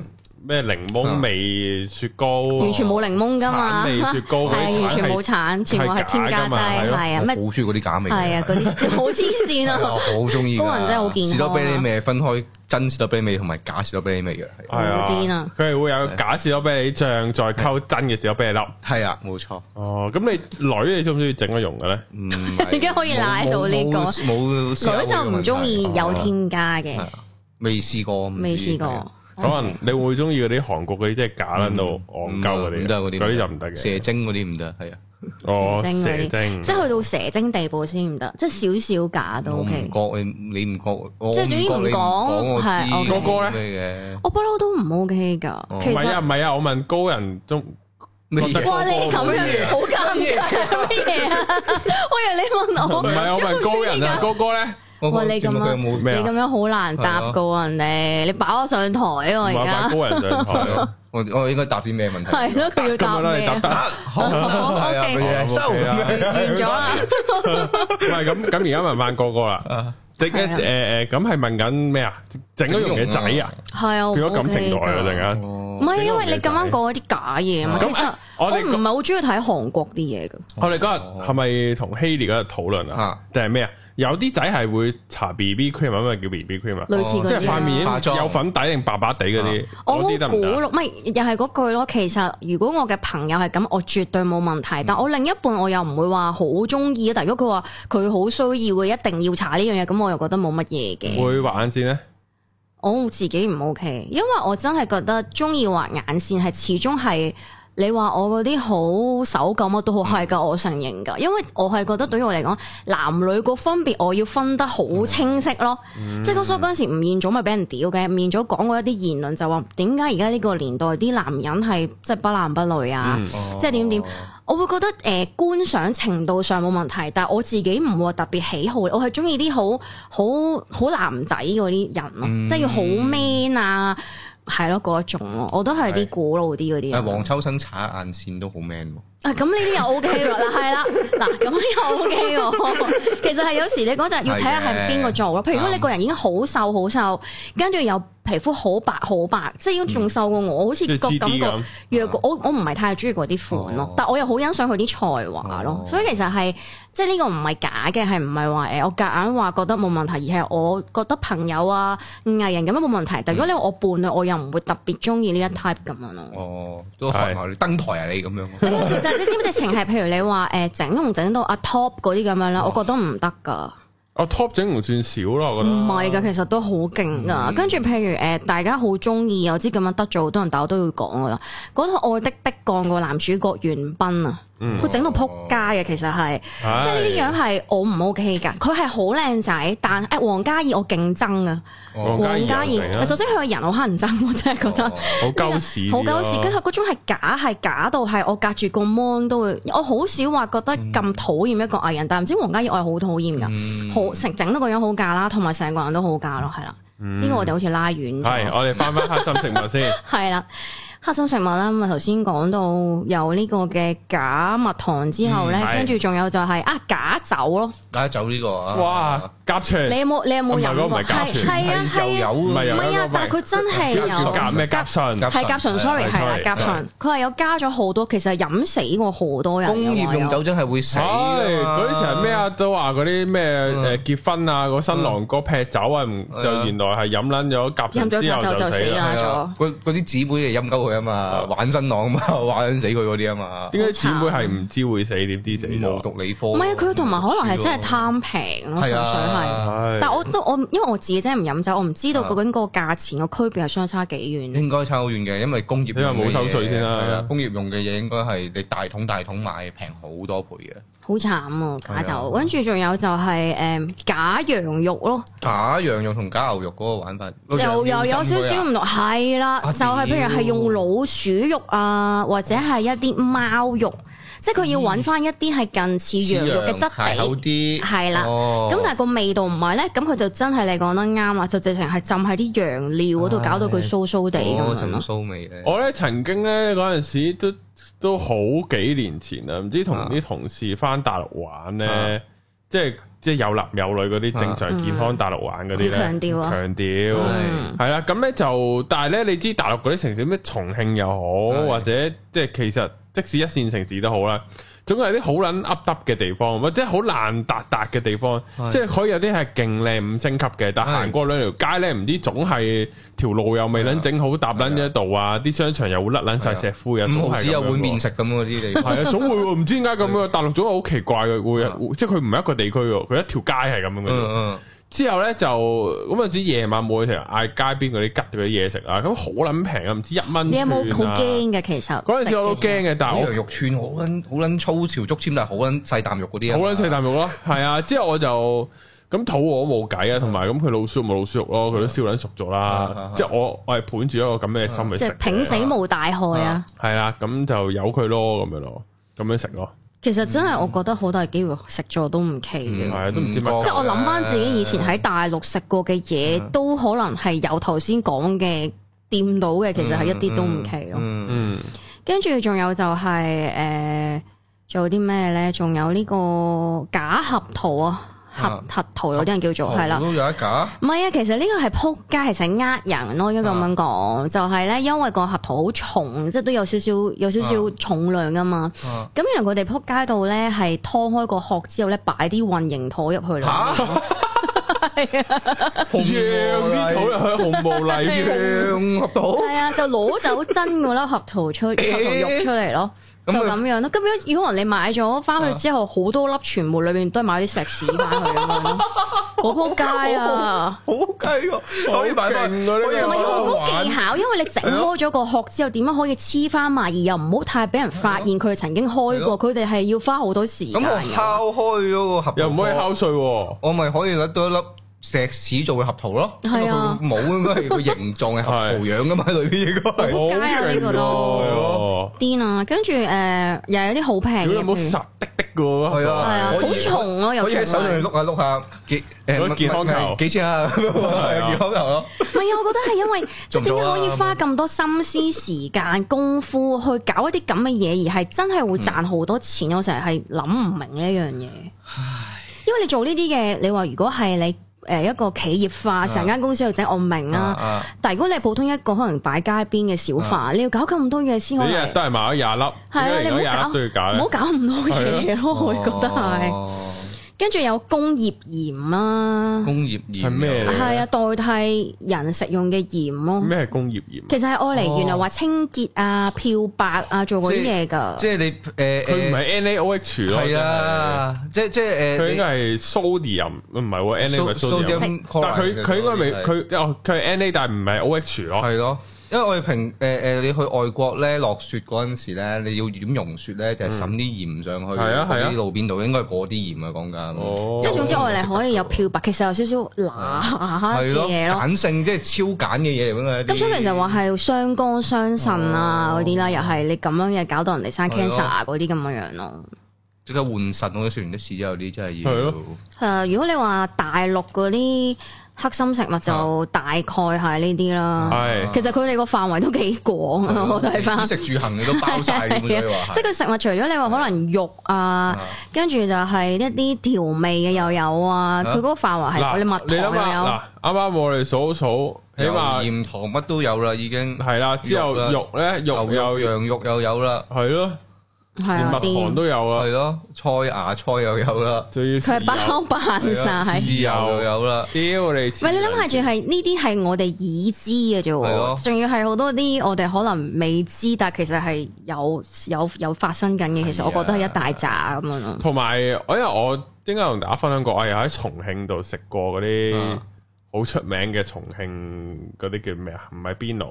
S1: 咩檸
S2: 啊
S1: 檬味雪糕，
S3: 完全冇檸檬㗎
S1: 橙
S3: 嘛，
S1: 味雪糕嗰
S3: 係
S1: 啲
S3: 完全
S1: 橙
S3: 冇
S1: 係
S3: 橙，全部係添加
S1: 係假㗎嘛
S3: 劑，
S1: 係咯
S3: 係啊，
S2: 我
S3: 咩
S2: 好中意嗰啲假味嘅。
S3: 係啊，嗰啲好黐線
S2: 係
S3: 啊！
S2: 我好中意㗎。
S3: 高人真係好健康啊
S2: 士多啤梨味係分開真士多啤梨味同埋假士多啤梨味嘅，係
S1: 係
S3: 好癲
S1: 啊，
S3: 啊
S1: 佢係會有假士多啤梨醬，再溝真嘅士多啤梨粒。
S2: 係啊，冇錯。
S1: 哦，咁你女你中唔中意整個容嘅咧？
S2: 唔係
S3: 而家可以賴到呢個
S2: 冇冇冇
S3: 女就唔中意有添加嘅，
S2: 係啊未試過，唔知
S3: 未試過。
S1: 可能
S3: OK
S1: 你會唔會中意嗰啲韓國嗰啲，即係假撚到戇鳩嗰
S2: 嗯唔
S1: 啲
S2: 得
S1: 啊，嗰
S2: 嗰啲唔得
S1: 啲就唔得嘅。
S2: 射精嗰啲唔得，係啊，
S1: 哦，
S3: 蛇精嗰
S1: 蛇
S3: 啲
S1: 精，
S3: 即係去到蛇精地步先唔得，即係少少假都
S2: 我唔
S3: OK。
S2: 覺你，你唔覺，我
S3: 即係
S2: 唔
S3: 總之
S2: 覺
S3: 唔
S2: 你
S3: 講
S2: 我知
S3: 係我
S1: 覺哥哥
S2: 咩
S3: 我不嬲都唔 OK 噶
S2: 哦，
S3: 其
S1: 唔係啊，
S3: 實
S1: 唔係啊，我問高人中
S2: 嘅，
S1: 覺得
S2: 咩嘢
S3: 哇你咁樣好尷尬乜嘢啊？ 我以為你問我，
S1: 唔係我問高人啊，高哥咧，
S2: 我
S3: 哇
S2: 我
S3: 你咁
S2: 見過佢有
S3: 樣
S2: 冇
S1: 咩啊
S3: 你咁樣好難答噶喎人哋，你擺我上台
S1: 唔
S3: 啊我
S1: 係
S3: 而
S1: 問
S3: 家
S1: 高人上台咯。
S2: 我我應該答啲咩問題？
S3: 係咯， 佢要
S1: 咁
S3: 答
S1: 樣啦，你
S3: 咩
S1: 答得
S3: 啊？
S1: 啊。
S2: 好，係啊，
S3: OK
S2: 佢嘢收
S1: 哦，OK 啦
S2: 咁樣
S3: 完咗啦，
S1: 唔係咁咁，而家問翻哥哥啦。
S2: 啊
S1: 即係
S3: 係啊
S1: 誒誒，咁係問緊咩啊？整咗容嘅仔啊，
S3: 係啊，我
S1: 變咗感
S3: OK
S1: 情代啊，
S3: 㗎
S1: 陣間。
S2: 哦
S3: 唔係因為你咁啱講嗰啲假嘢啊嘛，
S1: 咁哦
S3: 其實我
S1: 我哋
S3: 唔係好中意睇韓國啲嘢噶，
S1: 我哋嗰
S3: 哦
S1: 日係咪同希烈嗰日討論啊？
S2: 啊
S1: 定係咩啊？有啲仔係會搽 B B cream 啊，咩叫 B B cream 啊？
S3: 類似
S1: 即
S3: 嗰
S1: 係
S3: 啲
S1: 塊
S3: 啊。
S2: 化妝
S1: 面有粉底定白白地嗰啲，
S3: 我
S1: 嗰啲
S3: 冇
S1: 得
S3: 估
S1: 唔得啊？
S3: 咯，唔係又係嗰句咯。其實如果我嘅朋友係咁，我絕對冇問題。
S1: 嗯
S3: 但我另一半我又唔會話好中意。啊但如果佢話佢好需要嘅，一定要查呢樣嘢，咁我又覺得冇乜嘢嘅。
S1: 會畫眼線咧？
S3: 我自己唔 OK，因為我真係覺得中意畫眼線係始終係。你話我嗰啲好手感乜都好係㗎，我承認㗎，因為我係覺得對於我嚟講，男女個分別我要分得好清晰咯。即係所以嗰陣時吳彥祖咪俾人屌嘅，吳彥祖講過一啲言論就話點解而家呢個年代啲男人係即係不男不女啊？
S1: 嗯
S3: 即係點點我會覺得誒、呃、觀賞程度上冇問題，但係我自己唔會特別喜好，我係中意啲好好好男仔嗰啲人咯，
S2: 嗯
S3: 即係要好 man 啊，係咯嗰一種咯，我都係啲古老啲嗰啲
S2: 啊，
S3: 人。
S2: 黃秋生搽眼線都好 man 喎。
S3: 啊，咁呢啲又 O K 喎，嗱係啦，嗱咁又 O K 喎。其實係有時你嗰陣要睇下係邊個做咯。譬如如果你個人已經好瘦好瘦，跟住又皮膚好白好白，即係已經仲瘦過我，好似
S1: 嗯即係
S3: 個
S1: G
S3: 感
S1: D
S3: 覺
S1: 咁。
S3: 若果我我唔係太中意嗰啲
S2: 啊
S3: 款
S2: 哦
S3: 咯，但我又好欣賞佢啲才華咯
S2: 哦。
S3: 所以其實係即係呢個唔係假嘅，係唔係話誒我夾硬話覺得冇問題，而係我覺得朋友啊藝人咁樣冇問題。
S2: 嗯
S3: 但如果你話我伴侶，我又唔會特別中意呢一 type 咁樣咯。
S2: 哦，都學埋你登台啊，你咁樣。
S3: 其實你知唔知情係，譬如你話誒整容整到阿 top 嗰啲咁樣啦，
S2: 哦
S3: 我覺得唔得噶，
S1: 我哦 top 整容算少咯，我
S3: 唔
S1: 覺得。嗯
S3: 係噶，其實都好勁噶。跟住譬如誒，大家好中意，我知咁樣得罪好多人，但我都要講噶啦。嗰套《愛的迫降》個男主角袁彬啊，
S1: 嗯
S3: 佢整到撲街嘅，啊其實係，即係呢啲樣係我唔 OK 噶。佢係好靚仔，但誒黃嘉怡我勁憎啊，
S1: 哦
S3: 黃
S1: 黃
S3: 嘉
S1: 嘉怡
S3: 怡
S1: 又勁啊啊
S3: 首先佢個人好乞人憎，我真係覺得。
S1: 好鳩屎，
S3: 好搞事，跟住佢嗰種係假，係假到係我隔住個 mon 都會，我好少話覺得咁討厭一個藝人，但唔知黃嘉怡我係好討厭
S1: 嗯
S3: 噶，好成整到個樣好假啦，同埋成個人都好假咯，係啦，
S1: 嗯
S3: 呢個我哋好似拉遠
S1: 係
S3: 咗，
S1: 我哋翻翻黑心食物先。
S3: 係啦。黑心食物啦，咁啊頭先講到有呢個嘅假蜜糖之後咧
S1: 嗯，係
S3: 跟住仲有就係啊假酒咯，
S2: 解酒呢個啊，
S1: 哇，甲醛
S3: 你有冇你有冇
S1: 哦唔係
S3: 飲
S1: 嗰個
S3: 過？
S1: 唔係甲醛
S3: 係啊
S2: 係又
S3: 係
S2: 有
S3: 啊，
S1: 唔係
S3: 唔
S1: 有
S3: 係
S1: 嗰
S3: 啊，
S1: 個
S3: 但係佢真係
S2: 甲
S1: 叫
S3: 有
S1: 甲咩甲醇？
S3: 係甲醇，sorry，
S1: 係
S3: 係啦，
S1: sorry，
S3: 甲醇，佢係有加咗好多，其實飲死過好多人嘅喎。
S2: 工業用酒精係會死㗎嘛
S1: 唉嗰啲成日咩？啊，都話嗰啲咩
S3: 嗯
S1: 誒結婚啊，個新郎個劈酒啊，唔
S2: 係啊
S1: 就原來係飲撚咗甲
S3: 飲
S1: 醇
S3: 咗
S1: 之後
S3: 酒
S1: 就
S3: 就
S1: 死
S3: 死
S1: 啦。
S3: 啦
S2: 係啊
S3: 咗。
S2: 嗰嗰啲姊妹就陰鳩佢啊嘛，玩新郎啊嘛， 玩死佢嗰啲啊嘛，
S1: 點解姊妹係唔知會死，點知死
S2: 無
S1: 咗？
S2: 毒理科。
S3: 唔係啊，佢同埋可能係真係貪平咯，
S2: 係
S3: 純粹
S2: 啊
S3: 係。
S1: 唉
S3: 但我都我因為我自己真係唔飲酒，我唔知道究竟個價錢個區別係相差幾遠。
S2: 應該差好遠嘅，因為工業
S1: 因為冇收稅先啦
S2: 係啊工業用嘅嘢應該係你大桶大桶買平好多倍嘅。
S3: 好慘啊，假酒。
S2: 係啊
S3: 跟住仲有就係誒假羊肉咯，
S2: 假羊肉同假牛肉嗰個玩法
S3: 又又有少少唔同，係啦，
S2: 啊
S3: 就係譬如係用老鼠肉啊，或者係一啲貓肉，即係佢要揾翻一啲係近似羊肉嘅質
S2: 係
S3: 地
S2: 厚。啲，
S3: 係啦
S2: 哦
S3: 咁但係個味道唔係咧，咁佢就真係你講得啱啦，就直情係浸喺啲羊料嗰度，搞到佢酥酥地咁
S2: 哦
S3: 樣
S2: 就
S3: 咯。
S2: 騷味咧。
S1: 我咧曾經咧嗰陣時都都好幾年前啊啦，唔知
S3: 啊
S1: 同啲同事翻大陸玩
S2: 啊
S1: 咧，即係即係有男有女嗰啲正常
S3: 啊
S1: 健康大陸玩嗰啲咧，
S3: 要強調啊
S1: 嗯強調
S2: 係
S1: 係啦。咁咧就，但係咧你知大陸嗰啲城市咩重慶又好，
S2: 係
S1: 或者即係其實即使一線城市都好啦。總有啲好撚噏耷嘅地方，或者好爛達達嘅地方，
S2: 係
S1: 即係可以有啲係勁靚五星級嘅，但
S2: 係
S1: 行過兩條街咧，唔知總係條路又未
S2: 係啊
S1: 撚整好，搭撚咗喺度啊！啲商場又會甩撚晒石灰啊，
S2: 五
S1: 總
S2: 毫
S1: 係
S2: 子有碗面
S1: 食。
S2: 食咁嗰啲地
S1: 係
S2: 方，
S1: 啊，總會喎唔知 點解咁樣，大陸總係好奇怪嘅，會
S2: 啊
S1: 即係佢唔係一個地區喎，佢一條街係咁樣
S2: 嗯
S1: 嘅，
S2: 嗯，
S1: 之後咧就咁嗰陣時夜晚冇嘢食，嗌街邊嗰啲吉嗰啲嘢食啊，咁好撚平啊，唔知一蚊。
S3: 你有冇好
S1: 驚？
S3: 驚嘅？其實
S1: 嗰陣時我都
S3: 食嘅時
S1: 驚嘅，但係
S2: 嗰
S1: 我
S2: 羊肉串好撚好撚粗條竹籤，但係好撚細啖肉嗰啲啊
S1: 好
S2: 嘛，
S1: 撚細啖肉咯，係啊！之後我就咁肚餓冇計啊，同埋咁佢老鼠肉咪老鼠肉咯，佢都燒撚熟咗
S2: 嗯
S1: 啦
S2: 嗯。
S1: 即係我我係盤住一個咁嘅心去
S3: 候，即
S1: 食
S3: 係
S1: 嘅，
S3: 拼死無大害啊
S2: 啊！
S1: 係啦，咁就由佢咯，咁樣咯，咁樣食咯，
S3: 其實真係我覺得好大機會食咗都唔奇嘅。
S1: 係啊，都唔知
S2: 唔
S1: 乜
S2: 覺
S3: 即係我諗翻自己以前喺大陸食過嘅
S2: 嗯
S3: 嘢，都可能係有頭先講嘅掂到嘅，其實係一啲都唔奇咯。
S2: 嗯
S1: 嗯
S3: 跟住仲有就係、呃做啲咩咧？仲有呢個假合桃啊，核
S2: 啊
S3: 核桃有啲人叫做係啦。
S2: 都有一架，
S3: 唔係啊，其實呢個係撲街，其實呃人咯，應該咁
S2: 啊
S3: 樣講，就係咧，因為個核桃好重，即係都有少少有少少
S2: 啊
S3: 重量噶嘛。
S2: 啊
S3: 咁原來佢哋撲街度咧係劏開個殼之後咧，擺啲混凝土入去啦。
S2: 嚇，
S1: 讓啲肚入去紅毛禮遇，
S2: 羊合到。
S3: 係啊，就攞走真噶啦，合 桃出合桃肉出嚟咯，就
S2: 咁佢啊
S3: 咁樣咯。咁樣如果可能你買咗翻去之後，好多粒全部裏面都係買啲石屎翻去咁 樣咯，好撲街啊！
S2: 好計喎，可以買翻，
S1: 勁喎呢個
S2: 可以買
S3: 同埋要好高
S2: 玩
S3: 技巧，因為你整開咗個殼之後，點樣可以黐翻埋，而又唔好太俾人發現佢曾經開過。佢哋係要花好多時間
S2: 咁我
S3: 嘅。
S2: 敲開嗰個合桃
S1: 又唔可以
S2: 殼
S1: 敲碎喎。
S2: 我咪可以攞到一粒石屎做嘅合桃咯。
S3: 係啊
S2: 因為佢冇應該係個形狀嘅合桃樣噶嘛，裏邊應該係。
S1: 好
S3: 好街啊呢
S1: 都
S3: 個
S2: 都
S3: 癲啊！跟住誒，又有啲好平
S1: 屌你
S3: 嘅，
S1: 冇
S3: 譬如
S1: 實滴滴嘅喎，
S2: 係
S3: 係啊，
S2: 啊可
S3: 好
S2: 以
S3: 重咯，又
S2: 可以喺手上面
S3: 重啊
S2: 碌下碌下，幾
S1: 嗰
S2: 誒
S1: 啲健康球
S2: 幾錢啊？
S1: 係啊
S2: 健康球咯，
S3: 唔係啊，我覺得係 因為即
S2: 做唔
S3: 係點
S2: 到
S3: 解
S2: 啊
S3: 可以花咁多心思、時間、功夫去搞一啲咁嘅嘢，而係真係會
S1: 嗯
S3: 賺好多錢？我成日係諗唔明呢一樣嘢。因為你做呢啲嘅，你話如果係你誒一個企業
S1: 啊
S3: 化，成間公司去整，我明
S2: 啊
S3: 啦。
S2: 啊
S3: 但係如果你係普通一個可能擺街邊嘅小販，你要搞咁多嘢先
S1: 啊你
S3: 可
S1: 一
S3: 能
S1: 日都係買咗廿粒，
S3: 係啊，
S1: 一
S3: 你
S1: 日
S3: 唔
S1: 有廿
S3: 好
S1: 粒都要搞
S3: 搞，唔好
S1: 嘅，
S3: 搞咁多嘢咯，我會覺得係。
S2: 哦
S3: 跟住有工業鹽啦，
S2: 工業鹽
S1: 係咩嚟嘅
S3: 係啊，代替人食用嘅鹽咯。
S1: 咩係工業鹽？
S3: 其實係愛
S2: 哦
S3: 嚟，原來話清潔啊、漂白啊，做嗰啲嘢噶。
S2: 即係你誒
S1: 佢唔
S2: 誒
S1: 係 NaOH 咯，
S2: 係啊，即係即係
S1: 真係，佢應該
S2: 誒
S1: 係 sodium，唔係喎
S2: 你
S1: ，Na 咪 sodium。但
S2: sodium
S1: 佢
S2: chloride
S1: 佢應該未
S2: 嘅嗰啲係
S1: 佢哦佢係 NA 但係唔係 OH 咯，
S2: 係咯，因為我哋平誒誒，你去外國咧落雪嗰陣時咧，你要點溶雪咧，就係滲啲鹽上去，
S1: 嗯係啊係啊
S2: 嗰啲路邊度應該係嗰啲鹽啊，講緊。
S1: 哦
S3: 即係總之，愛嚟可以有漂白，其實有少少乸
S2: 係
S3: 嘅
S2: 咯，
S3: 嘢咯。
S2: 鹼性即係超鹼嘅嘢嚟㗎嘛。
S3: 咁所以其實話係相干相腎啊
S2: 哦
S3: 嗰啲啦，又係你咁樣嘢搞到人哋生
S2: 係咯
S3: cancer 啊嗰啲咁樣樣咯。
S2: 即刻換腎，我食完一次之後，呢真係
S1: 係
S2: 要
S1: 咯
S3: 係啊如果你話大陸嗰啲黑心食物
S2: 啊
S3: 就大概係呢啲啦。
S1: 係
S3: 啊其實佢哋個範圍都幾廣啊，我睇翻
S2: 衣。食住行你都包晒咁樣話
S3: 即
S2: 係。
S3: 係佢食物，除咗你話可能肉啊
S2: 啊，
S3: 跟住就係一啲調味嘅又有啊，
S2: 啊
S3: 佢嗰個範圍係
S1: 嗱，
S3: 你
S1: 你
S3: 蜜糖
S1: 諗
S3: 又有，
S1: 下嗱，啱啱我哋數一數，起
S2: 有
S1: 碼
S2: 鹽糖乜都有啦，已經
S1: 係啦，之後肉咧肉
S2: 牛
S1: 又
S2: 肉、羊肉又有啦，
S1: 係咯，
S3: 係
S1: 連
S3: 啊
S1: 蜜糖
S3: 啲，
S1: 都有啊
S2: 係，咯，菜芽菜又有啦，啊
S1: 仲要
S3: 佢
S1: 豉
S3: 係
S1: 油
S3: 包辦
S1: 啊
S3: 晒。
S2: 豉油又有啦。
S1: 屌你！
S3: 唔係你諗下，仲係呢啲係我哋已知嘅啫
S2: 係咯
S3: 喎，仲要係好多啲我哋可能未知，但其實係有有有發生緊嘅。其實
S1: 啊
S3: 我覺得係一大扎咁樣咯。
S1: 同埋，我因為我應該同大家分享過，我又喺重慶度食過嗰啲
S2: 嗯
S1: 好出名嘅重慶嗰啲叫咩啊？唔係邊爐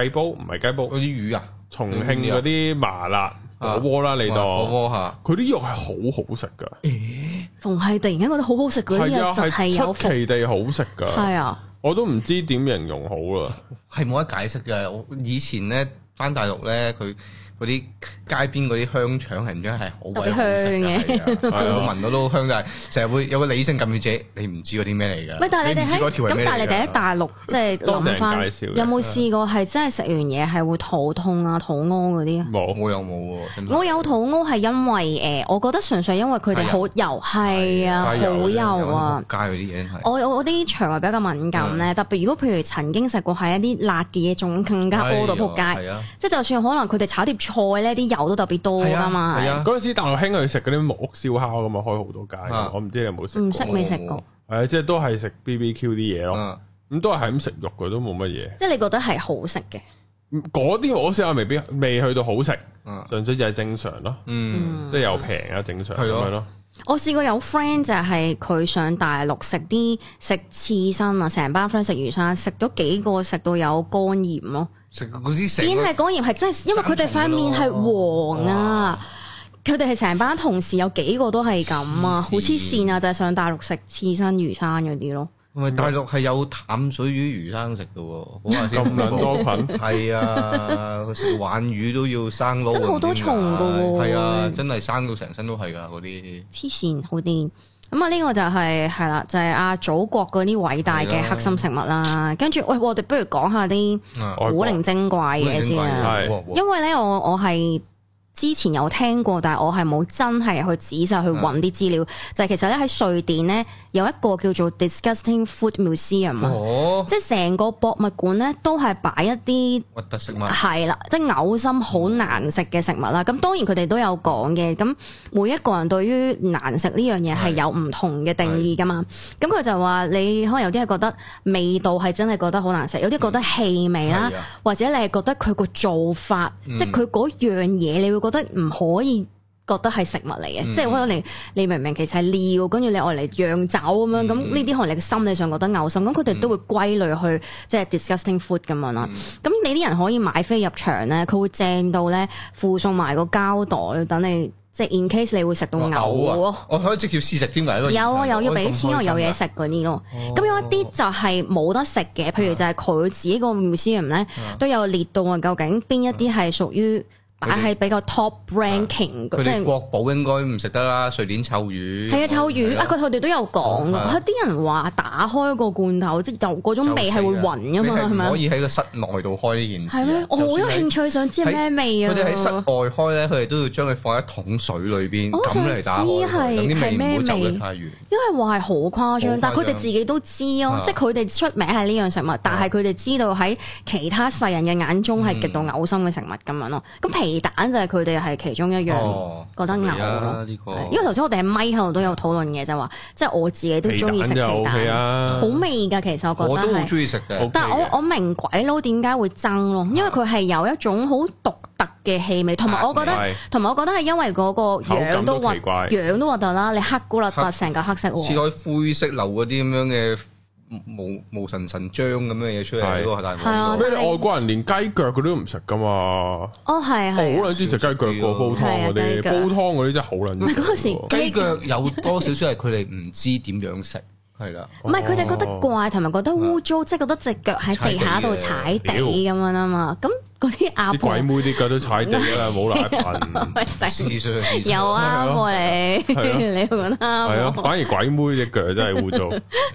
S1: 雞煲，唔係雞煲
S2: 嗰，啲魚啊，
S1: 重慶嗰啲麻辣火
S2: 啊
S1: 鍋啦，你當
S2: 火鍋嚇，
S1: 佢啲肉係好好食噶，
S3: 逢係突然間覺得好好食嗰啲
S1: 係
S3: 嘢，
S1: 啊，
S3: 實係
S1: 係
S3: 有
S1: 出
S3: 伏，
S1: 奇地好食
S3: 係
S1: 噶，
S3: 啊，
S1: 我都唔知點形容好啦。啊
S2: 係冇得解釋嘅。我以前咧翻大陸咧，佢嗰啲街邊嗰啲香腸係唔知係好鬼好食嘅，
S3: 特別
S2: 係
S1: 係啊
S2: 啊我聞到都好香，但係成日會有個理性撳住自己，你唔知嗰啲咩嚟㗎。
S3: 喂，但係
S2: 你
S3: 你哋
S2: 唔知
S3: 喺
S2: 嗰條係
S3: 咁，
S2: 咩嚟㗎
S3: 但係你哋喺大陸即係
S1: 當地
S3: 諗
S1: 人
S3: 翻
S1: 介紹，嘅啊
S3: 有冇試過係真係食完嘢係會肚痛啊、肚屙嗰啲啊？
S1: 冇，
S2: 我又冇喎，
S1: 嗯
S2: 真係
S3: 我有肚屙係因為誒，我覺得純粹因為佢哋
S1: 啊
S3: 好油，係啊，
S2: 加油
S3: 好油啊！
S2: 街嗰啲嘢係。
S3: 我我啲腸胃比較敏感
S1: 嗯
S3: 咧，特別如果譬如曾經食過係一啲辣嘅嘢，仲更加屙到
S2: 係
S3: 撲街。
S2: 啊！
S3: 即係就算可能佢哋炒碟菜咧，啲油都特別多
S2: 係
S3: 㗎
S2: 啊
S3: 嘛
S2: 係，啊
S1: 嗰陣時大陸興去食嗰啲木屋燒烤咁啊，開好多街㗎嘛
S2: 啊。
S1: 我唔知你有冇食
S3: 唔
S1: 過，
S3: 識
S1: 係
S3: 未食
S2: 哦
S3: 過？
S1: 啊即係都係食 BBQ 啲嘢咯。
S2: 啊
S1: 咁都係係咁食肉嘅，都冇乜嘢。
S3: 即係你覺得係好食嘅，
S1: 嗰啲我先係未必未去到好食，
S2: 啊
S1: 純粹就係正常咯，
S2: 嗯，
S1: 即係又平啊正常咁
S2: 係咯
S1: 樣咯。
S3: 我試過有 friend 就係佢上大陸食啲食刺身啊，成班 friend 食魚生，食咗幾個食到有肝炎咯，
S2: 食嗰啲成
S3: 已經
S2: 個
S3: 係肝炎，係真係因為佢哋塊面係黃啊，佢哋係成班同事有幾個都係咁啊，好黐線啊，就係、上大陸食刺身魚生嗰啲咯，
S2: 咪大陸係有淡水魚魚生食嘅喎，好下先
S1: 咁撚多菌，
S2: 係啊，佢食皖魚都要生撈，
S3: 真係好多蟲㗎喎
S2: 係啊，真係生到成身都係㗎嗰啲。
S3: 黐線好癲。咁啊，呢個就係係啦，就係、阿祖國嗰啲偉大嘅黑心食物啦。跟住喂，我哋不如講下啲
S2: 啊
S1: 外
S3: 古
S1: 國
S3: 靈精怪嘅先啊。
S1: 係
S2: 哇哇
S3: 因為咧，我我係之前有聽過，但係我係冇真係去仔細去
S2: 嗯
S3: 揾啲資料。就係其實咧喺瑞典咧有一個叫做 Disgusting Food Museum 啊，
S2: 哦，
S3: 即係成個博物館咧都係擺一啲
S2: 核突食物，
S3: 係啊
S2: 啊
S3: 啦，即係嘔心好難食嘅食物啦。咁當然佢哋都有講嘅，咁每一個人對於難食呢樣嘢係
S2: 係
S3: 有唔同嘅定義噶嘛。咁佢就話你可能有啲係覺得味道係真係覺得好難食，有啲覺得氣味
S2: 嗯
S3: 啦。
S2: 係啊
S3: 或者你係覺得佢個做法，
S2: 嗯
S3: 即係佢嗰樣嘢，你會覺得唔可以覺得係食物嚟嘅，
S2: 嗯
S3: 即係可能你你明明其實係尿，跟住你愛嚟釀酒咁樣，咁
S2: 嗯
S3: 呢啲可能你嘅心理上覺得嘔心，咁佢哋都會歸類去即係 disgusting food 咁樣
S2: 嗯
S3: 啦。咁、你啲人可以買飛入場咧，佢會正到咧附送埋個膠袋，等你即係 in case 你會食到嘔
S2: 嘔
S3: 咯
S2: 啊。！我可以直接試食添㗎，
S3: 有啊，有要俾錢，我有嘢
S2: 食。
S3: 食嗰啲咯。
S2: 咁
S3: 咁有一啲
S2: 哦
S3: 就係冇得食嘅，
S2: 啊
S3: 譬如就係佢自己個 museum 咧
S2: 嗯
S3: 都有列到啊，究竟邊一啲係屬於擺喺比較 top ranking，
S2: 啊佢
S3: 即
S2: 哋
S3: 係
S2: 國寶應該唔食得啦，瑞典臭魚。
S3: 係啊臭魚啊，佢佢哋都有
S2: 係
S3: 講㗎。
S2: 啊
S3: 佢啲人話打開個罐頭，即係就嗰種味係會暈噶嘛，係
S2: 你
S3: 咪
S2: 係
S3: 啊
S2: 唔可？以喺個室內度開呢件事啊。
S3: 係咩？我好有興趣想知係咩味
S2: 就算喺。佢
S3: 啊！
S2: 哋喺室外開咧，佢哋都要將佢放喺桶水裏邊，
S3: 我
S2: 咁
S3: 想
S2: 嚟打開
S3: 知係
S2: 佢，等啲味
S3: 係
S2: 唔
S3: 咩
S2: 好走
S3: 味
S2: 得太遠。
S3: 因為話係好誇
S2: 好誇
S3: 張
S2: 張，
S3: 但係佢哋自己都知咯
S2: 啊，
S3: 即係佢哋出名係呢樣食物，但係佢哋知道喺其他世人嘅眼中係極度嘔心嘅食物咁樣咯。咁皮蛋就係佢哋係其中一樣
S2: 哦
S3: 覺得
S2: 係
S3: 嘔
S2: 啊
S3: 咯。
S2: 呢個
S3: 係因為頭先我哋喺咪喺度都有討論嘅，就話即係我自己 都中意食
S1: 皮蛋就
S3: 皮
S1: OK
S3: 蛋，
S1: 啊
S3: 好，味㗎。其實我
S2: 我
S3: 覺
S2: 都
S3: 得
S2: 好
S3: 係，
S2: 中意食嘅
S1: 好。
S3: 但係
S1: OK 嘅
S3: 我我明鬼佬點解會憎咯，因為佢係有一種好獨特嘅氣味，同埋我覺得。
S1: 係
S3: 同埋我覺得係因為嗰個
S1: 口
S3: 樣
S1: 感
S3: 都
S1: 都
S3: 核
S1: 奇怪
S3: 樣都核突啦，你黑古勒特
S2: 黑
S3: 成嚿黑色
S2: 似
S3: 喎，
S2: 開灰色流嗰啲咁樣嘅無無神神漿咁嘅嘢出嚟
S1: 係
S2: 嗰個大
S3: 係啊
S2: 鑊。
S1: 咩？你外國人連雞腳佢都唔食噶嘛？
S3: 哦
S1: 我好
S3: 係係啊，
S1: 撚中意食雞腳個煲湯嗰
S3: 係啊雞
S1: 啲，
S3: 腳
S1: 煲湯嗰啲真係好撚中意食
S3: 唔係嗰時
S1: 喎。
S2: 雞腳有多少少係佢哋唔知點樣食，係 啦。
S3: 唔
S1: 哦
S3: 係佢哋覺得怪，同埋覺得污糟，即係覺得只腳喺地下度踩地
S1: 踩地
S3: 咁樣啊嘛。咁嗰啲阿
S1: 啲
S3: 婆
S1: 鬼妹啲腳都踩地啦，冇奶 粉。
S3: 喂
S2: 試
S3: 頂
S2: 試試
S3: 又啱喎你，
S1: 啊係啊
S3: 你又講得
S1: 係啊，
S3: 啱喎。
S1: 反而鬼妹只腳真係污 糟。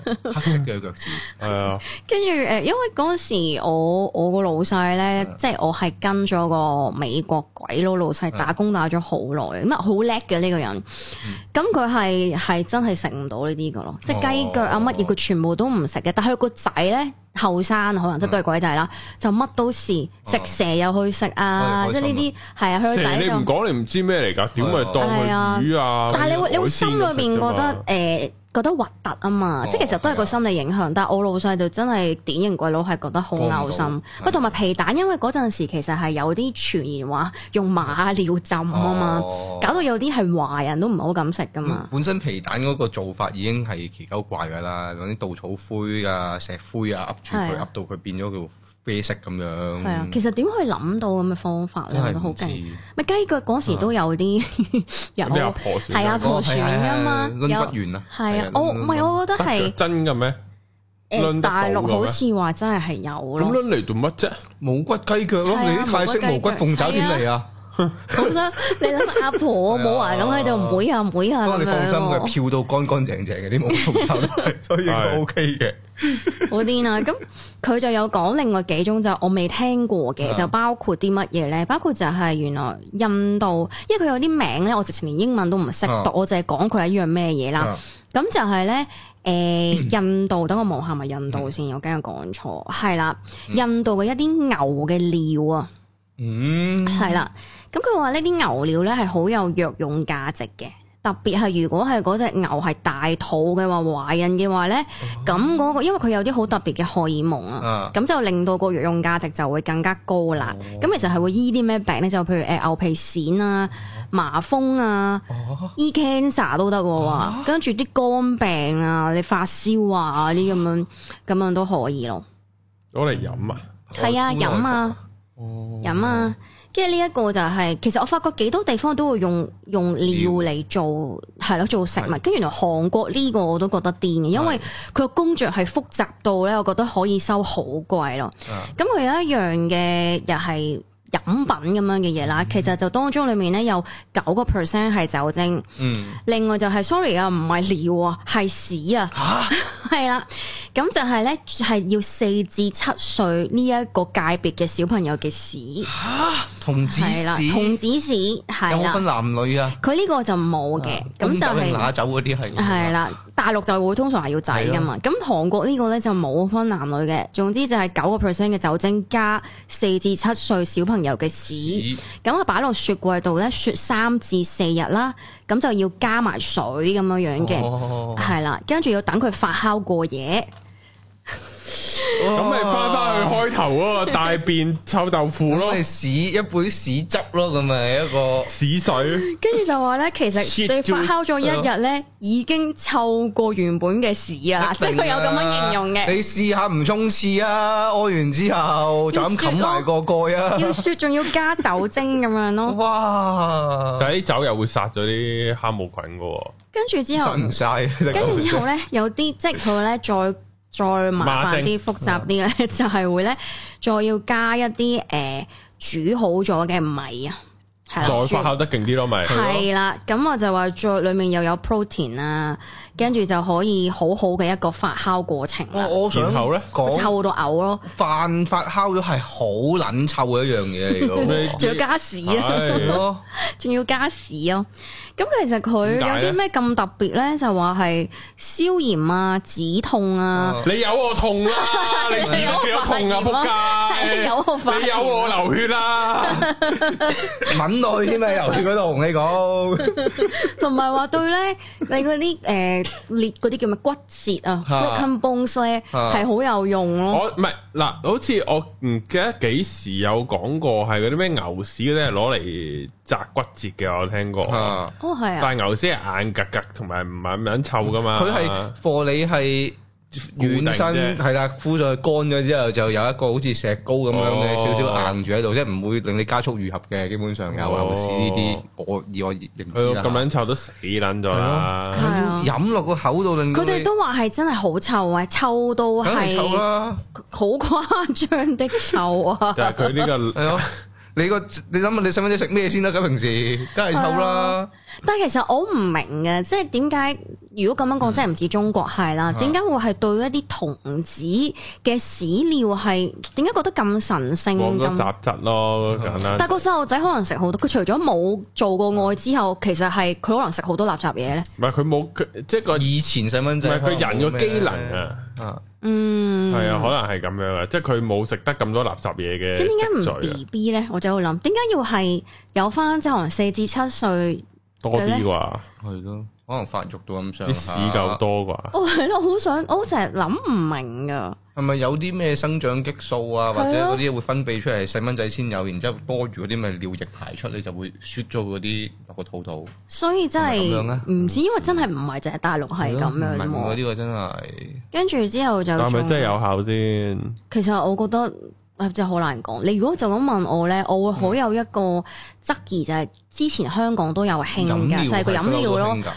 S2: 黑色嘅腳趾，
S1: 係啊，
S3: 跟住誒，因為嗰時我我個老細咧，即係我係跟咗個美國鬼佬老細打工打咗好耐，咁啊好叻嘅呢個人。咁佢係係真係食唔到呢啲嘅咯，即係雞腳啊
S2: 哦
S3: 乜嘢，佢全部都唔食嘅。但係佢個仔咧後生，可能即係都係鬼仔啦，就乜都試，食蛇又去食啊，
S2: 開心啊
S3: 即係呢啲係啊，佢個
S1: 成
S3: 仔
S1: 你唔
S3: 就。
S1: 講你唔知咩嚟㗎，點咪當
S3: 係啊
S1: 佢魚啊？
S3: 但係你會你會
S1: 海
S3: 心裏
S1: 鮮咁
S3: 邊
S1: 食啫嘛
S3: 覺得誒覺得核突啊嘛，
S2: 哦
S3: 即係其實都係個心理影響。但係我老細就真係典型鬼佬，係覺得好嘔
S2: 過唔
S3: 心。
S2: 到
S3: 不同埋皮蛋，因為嗰陣時其實係有啲傳言話用馬尿浸啊嘛，
S2: 哦
S3: 搞到有啲係華人都唔係好敢食噶嘛。
S2: 本身皮蛋嗰個做法已經係奇鳩怪㗎啦，揾啲稻草灰啊、石灰啊噏住佢，
S3: 係啊
S2: 噏到佢變咗叫啡色咁樣。
S3: 係啊，其實點可以諗到咁嘅方法
S2: 嗯
S3: 咧？
S2: 真
S3: 我覺
S2: 係
S3: 得好
S2: 唔知
S3: 勁。。咪雞腳嗰時都有啲有
S1: 咩阿婆
S3: 係啊
S2: 哦
S3: 螺旋㗎嘛
S2: 係係係
S3: 有
S2: 攆骨圓啊，
S3: 係啊，我唔係我覺得係
S1: 真嘅咩？攆
S3: 誒
S1: 得到
S3: 大陸
S1: 嘅咩
S3: 好似話真係係有
S1: 咁
S3: 咯。
S1: 撚嚟做乜啫？
S2: 冇骨雞腳咯，
S3: 係啊
S2: 你啲泰式
S3: 冇
S2: 無
S3: 骨
S2: 骨鳳
S3: 雞腳
S2: 爪點嚟啊？
S3: 咁啦，你諗下阿婆
S2: 係啊
S3: 冇話咁喺度妹啊妹啊
S2: 不過
S3: 咁
S2: 你放
S3: 樣
S2: 心，佢
S3: 喎，
S2: 漂到乾乾淨淨嘅啲冇蟲頭都 係，所以應該
S1: 係
S2: OK 嘅。
S3: 好癲啊！咁佢就有講另外幾種就我未聽過嘅，
S2: 啊
S3: 就包括啲乜嘢咧？包括就係原來印度，因為佢有啲名咧，我直情連英文都唔識
S2: 啊
S3: 讀，我就係講佢係一樣咩嘢啦。
S2: 啊
S3: 咁就係咧，誒、 印度等我望下咪印度先，
S2: 嗯
S3: 我驚我講錯，係啦，印度嘅一啲牛嘅尿啊，
S2: 嗯，
S3: 係啦，咁佢話呢啲牛尿咧係好有藥用價值嘅。特別係如果係嗰只牛係大肚嘅話，懷孕嘅話呢，咁嗰、個因為佢有啲好特別嘅荷爾蒙啊
S2: 啊，
S3: 咁就令到個藥用價值就會更加高啦。咁、其實係會醫啲咩病呢？就譬如誒牛皮癬啊、麻風啊、
S2: 哦
S3: 醫 cancer 都得喎，跟住啲肝病啊、你發燒啊呢咁樣咁樣都可以咯。
S1: 攞嚟飲啊！
S3: 係啊，飲啊，
S2: 哦
S3: 飲啊。跟住呢一個就係、其實我發覺幾多地方都會用用尿嚟做，係咯，做食物。跟住原來韓國呢個我都覺得癲嘅，因為佢個工作係複雜到咧，我覺得可以收好貴咯。
S2: 啊
S3: 咁佢有一樣嘅又係飲品咁樣嘅嘢啦，其實就當中裡面咧有九個 percent 係酒精，
S2: 嗯，
S3: 另外就係、sorry 啊，唔係尿啊，係屎啊。
S2: 吓
S3: 係啦，咁就係咧，係要四至七歲呢一個界別嘅小朋友嘅屎，
S2: 吓童子
S3: 係啦，
S2: 屎
S3: 童子屎
S2: 有
S3: 係
S2: 冇分
S3: 啦，
S2: 男女啊？
S3: 佢呢個就冇嘅，啊咁就
S2: 拎
S3: 係
S2: 拿走嗰啲係
S3: 係啦，大陸就會通常係要仔噶嘛，咁韓國呢個咧就冇分男女嘅，總之就係九個 percent 嘅酒精加四至七歲小朋友嘅屎，
S2: 咦
S3: 咁啊擺落雪櫃度咧雪三至四日啦，咁就要加埋水咁樣樣嘅，
S2: 哦
S3: 係啦，跟住要等佢發酵過夜。哦
S1: 咁咪翻翻去開頭嗰個大便臭豆腐咯
S2: 咁，咪屎一杯屎汁咯，咁咪一個
S1: 屎水
S3: 跟住就話咧，其
S1: Shit
S3: 實你發
S1: juice，
S3: 酵咗一日咧，已經臭過原本嘅屎啊！即係佢有咁樣形容嘅。
S2: 你試下唔沖廁啊，屙完之後就咁冚埋個蓋
S3: 要
S2: 啊！
S3: 雪仲要加酒精咁樣 咯，
S2: 哇，
S1: 就係啲酒又會殺咗啲酵母菌噶喎，
S3: 跟住之後，
S2: 震晒，跟
S3: 跟住之後咧，有啲即係佢咧再再麻煩啲、複雜啲咧， 就係會咧再要加一啲誒煮好咗嘅米啊，係啦，
S1: 再
S3: 煮
S1: 發酵得勁啲咯，咪
S3: 係啦，咁我就話再裡面又有 protein 啊，跟住就可以好好嘅一個發酵過程啦，
S2: 我
S1: 想然後呢
S2: 講
S3: 臭到嘔咯。
S2: 飯發酵咗係好撚臭嘅一樣嘢嚟嘅
S1: 咩
S2: 喎，
S3: 仲要加屎啊！
S2: 係
S1: 係
S2: 咯，
S3: 仲要加屎啊！咁其實佢
S1: 點解呢
S3: 有啲咩咁特別咧？就話係消炎啊、止痛啊，
S1: 你有我痛 啦，你知得幾多痛啊，仆
S3: 係
S1: 街！
S3: 有 我發
S1: 你有我流血 啦，
S2: 吻落去添啊！由住嗰度同你講，
S3: 同埋話對 咧，你嗰啲誒裂嗰啲叫咩骨折啊 broken bones 咧，
S2: 啊哦
S3: 係好有用咯。
S1: 我唔係嗱，好似我唔記得幾時有講過係嗰啲咩牛屎咧攞嚟扎骨折嘅，我聽過。
S2: 啊
S3: 哦，係啊，
S1: 但係牛屎係硬格格同埋唔係咁樣臭噶嘛，
S2: 佢係貨你係。軟身
S1: 啊固定啫
S2: 係啦，敷咗佢乾咗之後，就有一個好似石膏咁樣嘅
S1: 哦
S2: 少少硬住喺度，即係唔會令你加速愈合嘅。基本上有
S1: 哦
S2: 牛屎呢啲，我以我認知
S1: 佢
S2: 啦。
S1: 咁撚臭都死撚咗啦。
S3: 係啊，
S2: 飲落個口度令到
S3: 佢
S2: 你
S3: 哋都話係真係好臭啊，臭到
S2: 梗係臭
S3: 係
S2: 啦，
S3: 好誇張的臭啊！
S1: 但係佢 呢個
S2: 係咯。你個你諗下，你細蚊仔食咩先得㗎？平時梗係臭啦，
S3: 但係其啊實我唔明嘅，即係點解如果咁樣
S2: 嗯
S3: 講，真係唔似中國係
S2: 啊
S3: 啦？點解會係對一啲童子嘅屎尿係點解覺得咁神聖
S1: 講咗
S3: 咁？
S1: 雜質咯，簡單。
S3: 但係個細路仔可能食好多，佢除咗冇做過愛之後，其實係佢可能食好多垃圾嘢咧。
S1: 唔係佢冇佢，即係個
S2: 以前細蚊仔
S1: 唔係佢人個
S2: 個
S1: 機能啊，
S2: 啊
S3: 嗯，
S1: 係啊，可能係咁樣啊，即係佢冇食得咁多垃圾嘢嘅
S3: 咁點
S1: 積
S3: 解唔
S1: 聚啊，
S3: B B 咧？我就會諗，點解要係有翻即係可能四至七歲？
S1: 多啲啩，
S2: 係咯，可能發育到咁上
S1: 啲屎夠多啩。
S3: 我係咯，好想，我成日諗唔明啊噶。
S2: 係咪有啲咩生長激素啊，或者嗰啲會分泌出嚟細蚊仔先有，然之後多餘嗰啲咪尿液排出，你就會輸咗嗰啲落個肚度。
S3: 所以真
S2: 係咪咁樣
S3: 係
S2: 咧
S3: 唔知，因為真係唔係淨係大陸係咁樣
S2: 唔明喎
S3: 喎。
S2: 呢個真係
S3: 跟住之後就
S1: 但係咪
S3: 仲
S1: 真係有效先？
S3: 其實我覺得唉真係好難講。你如果就咁問我呢，我會好有一個質疑，就係之前香港都有興嘅，細個飲料咯。
S2: 係啊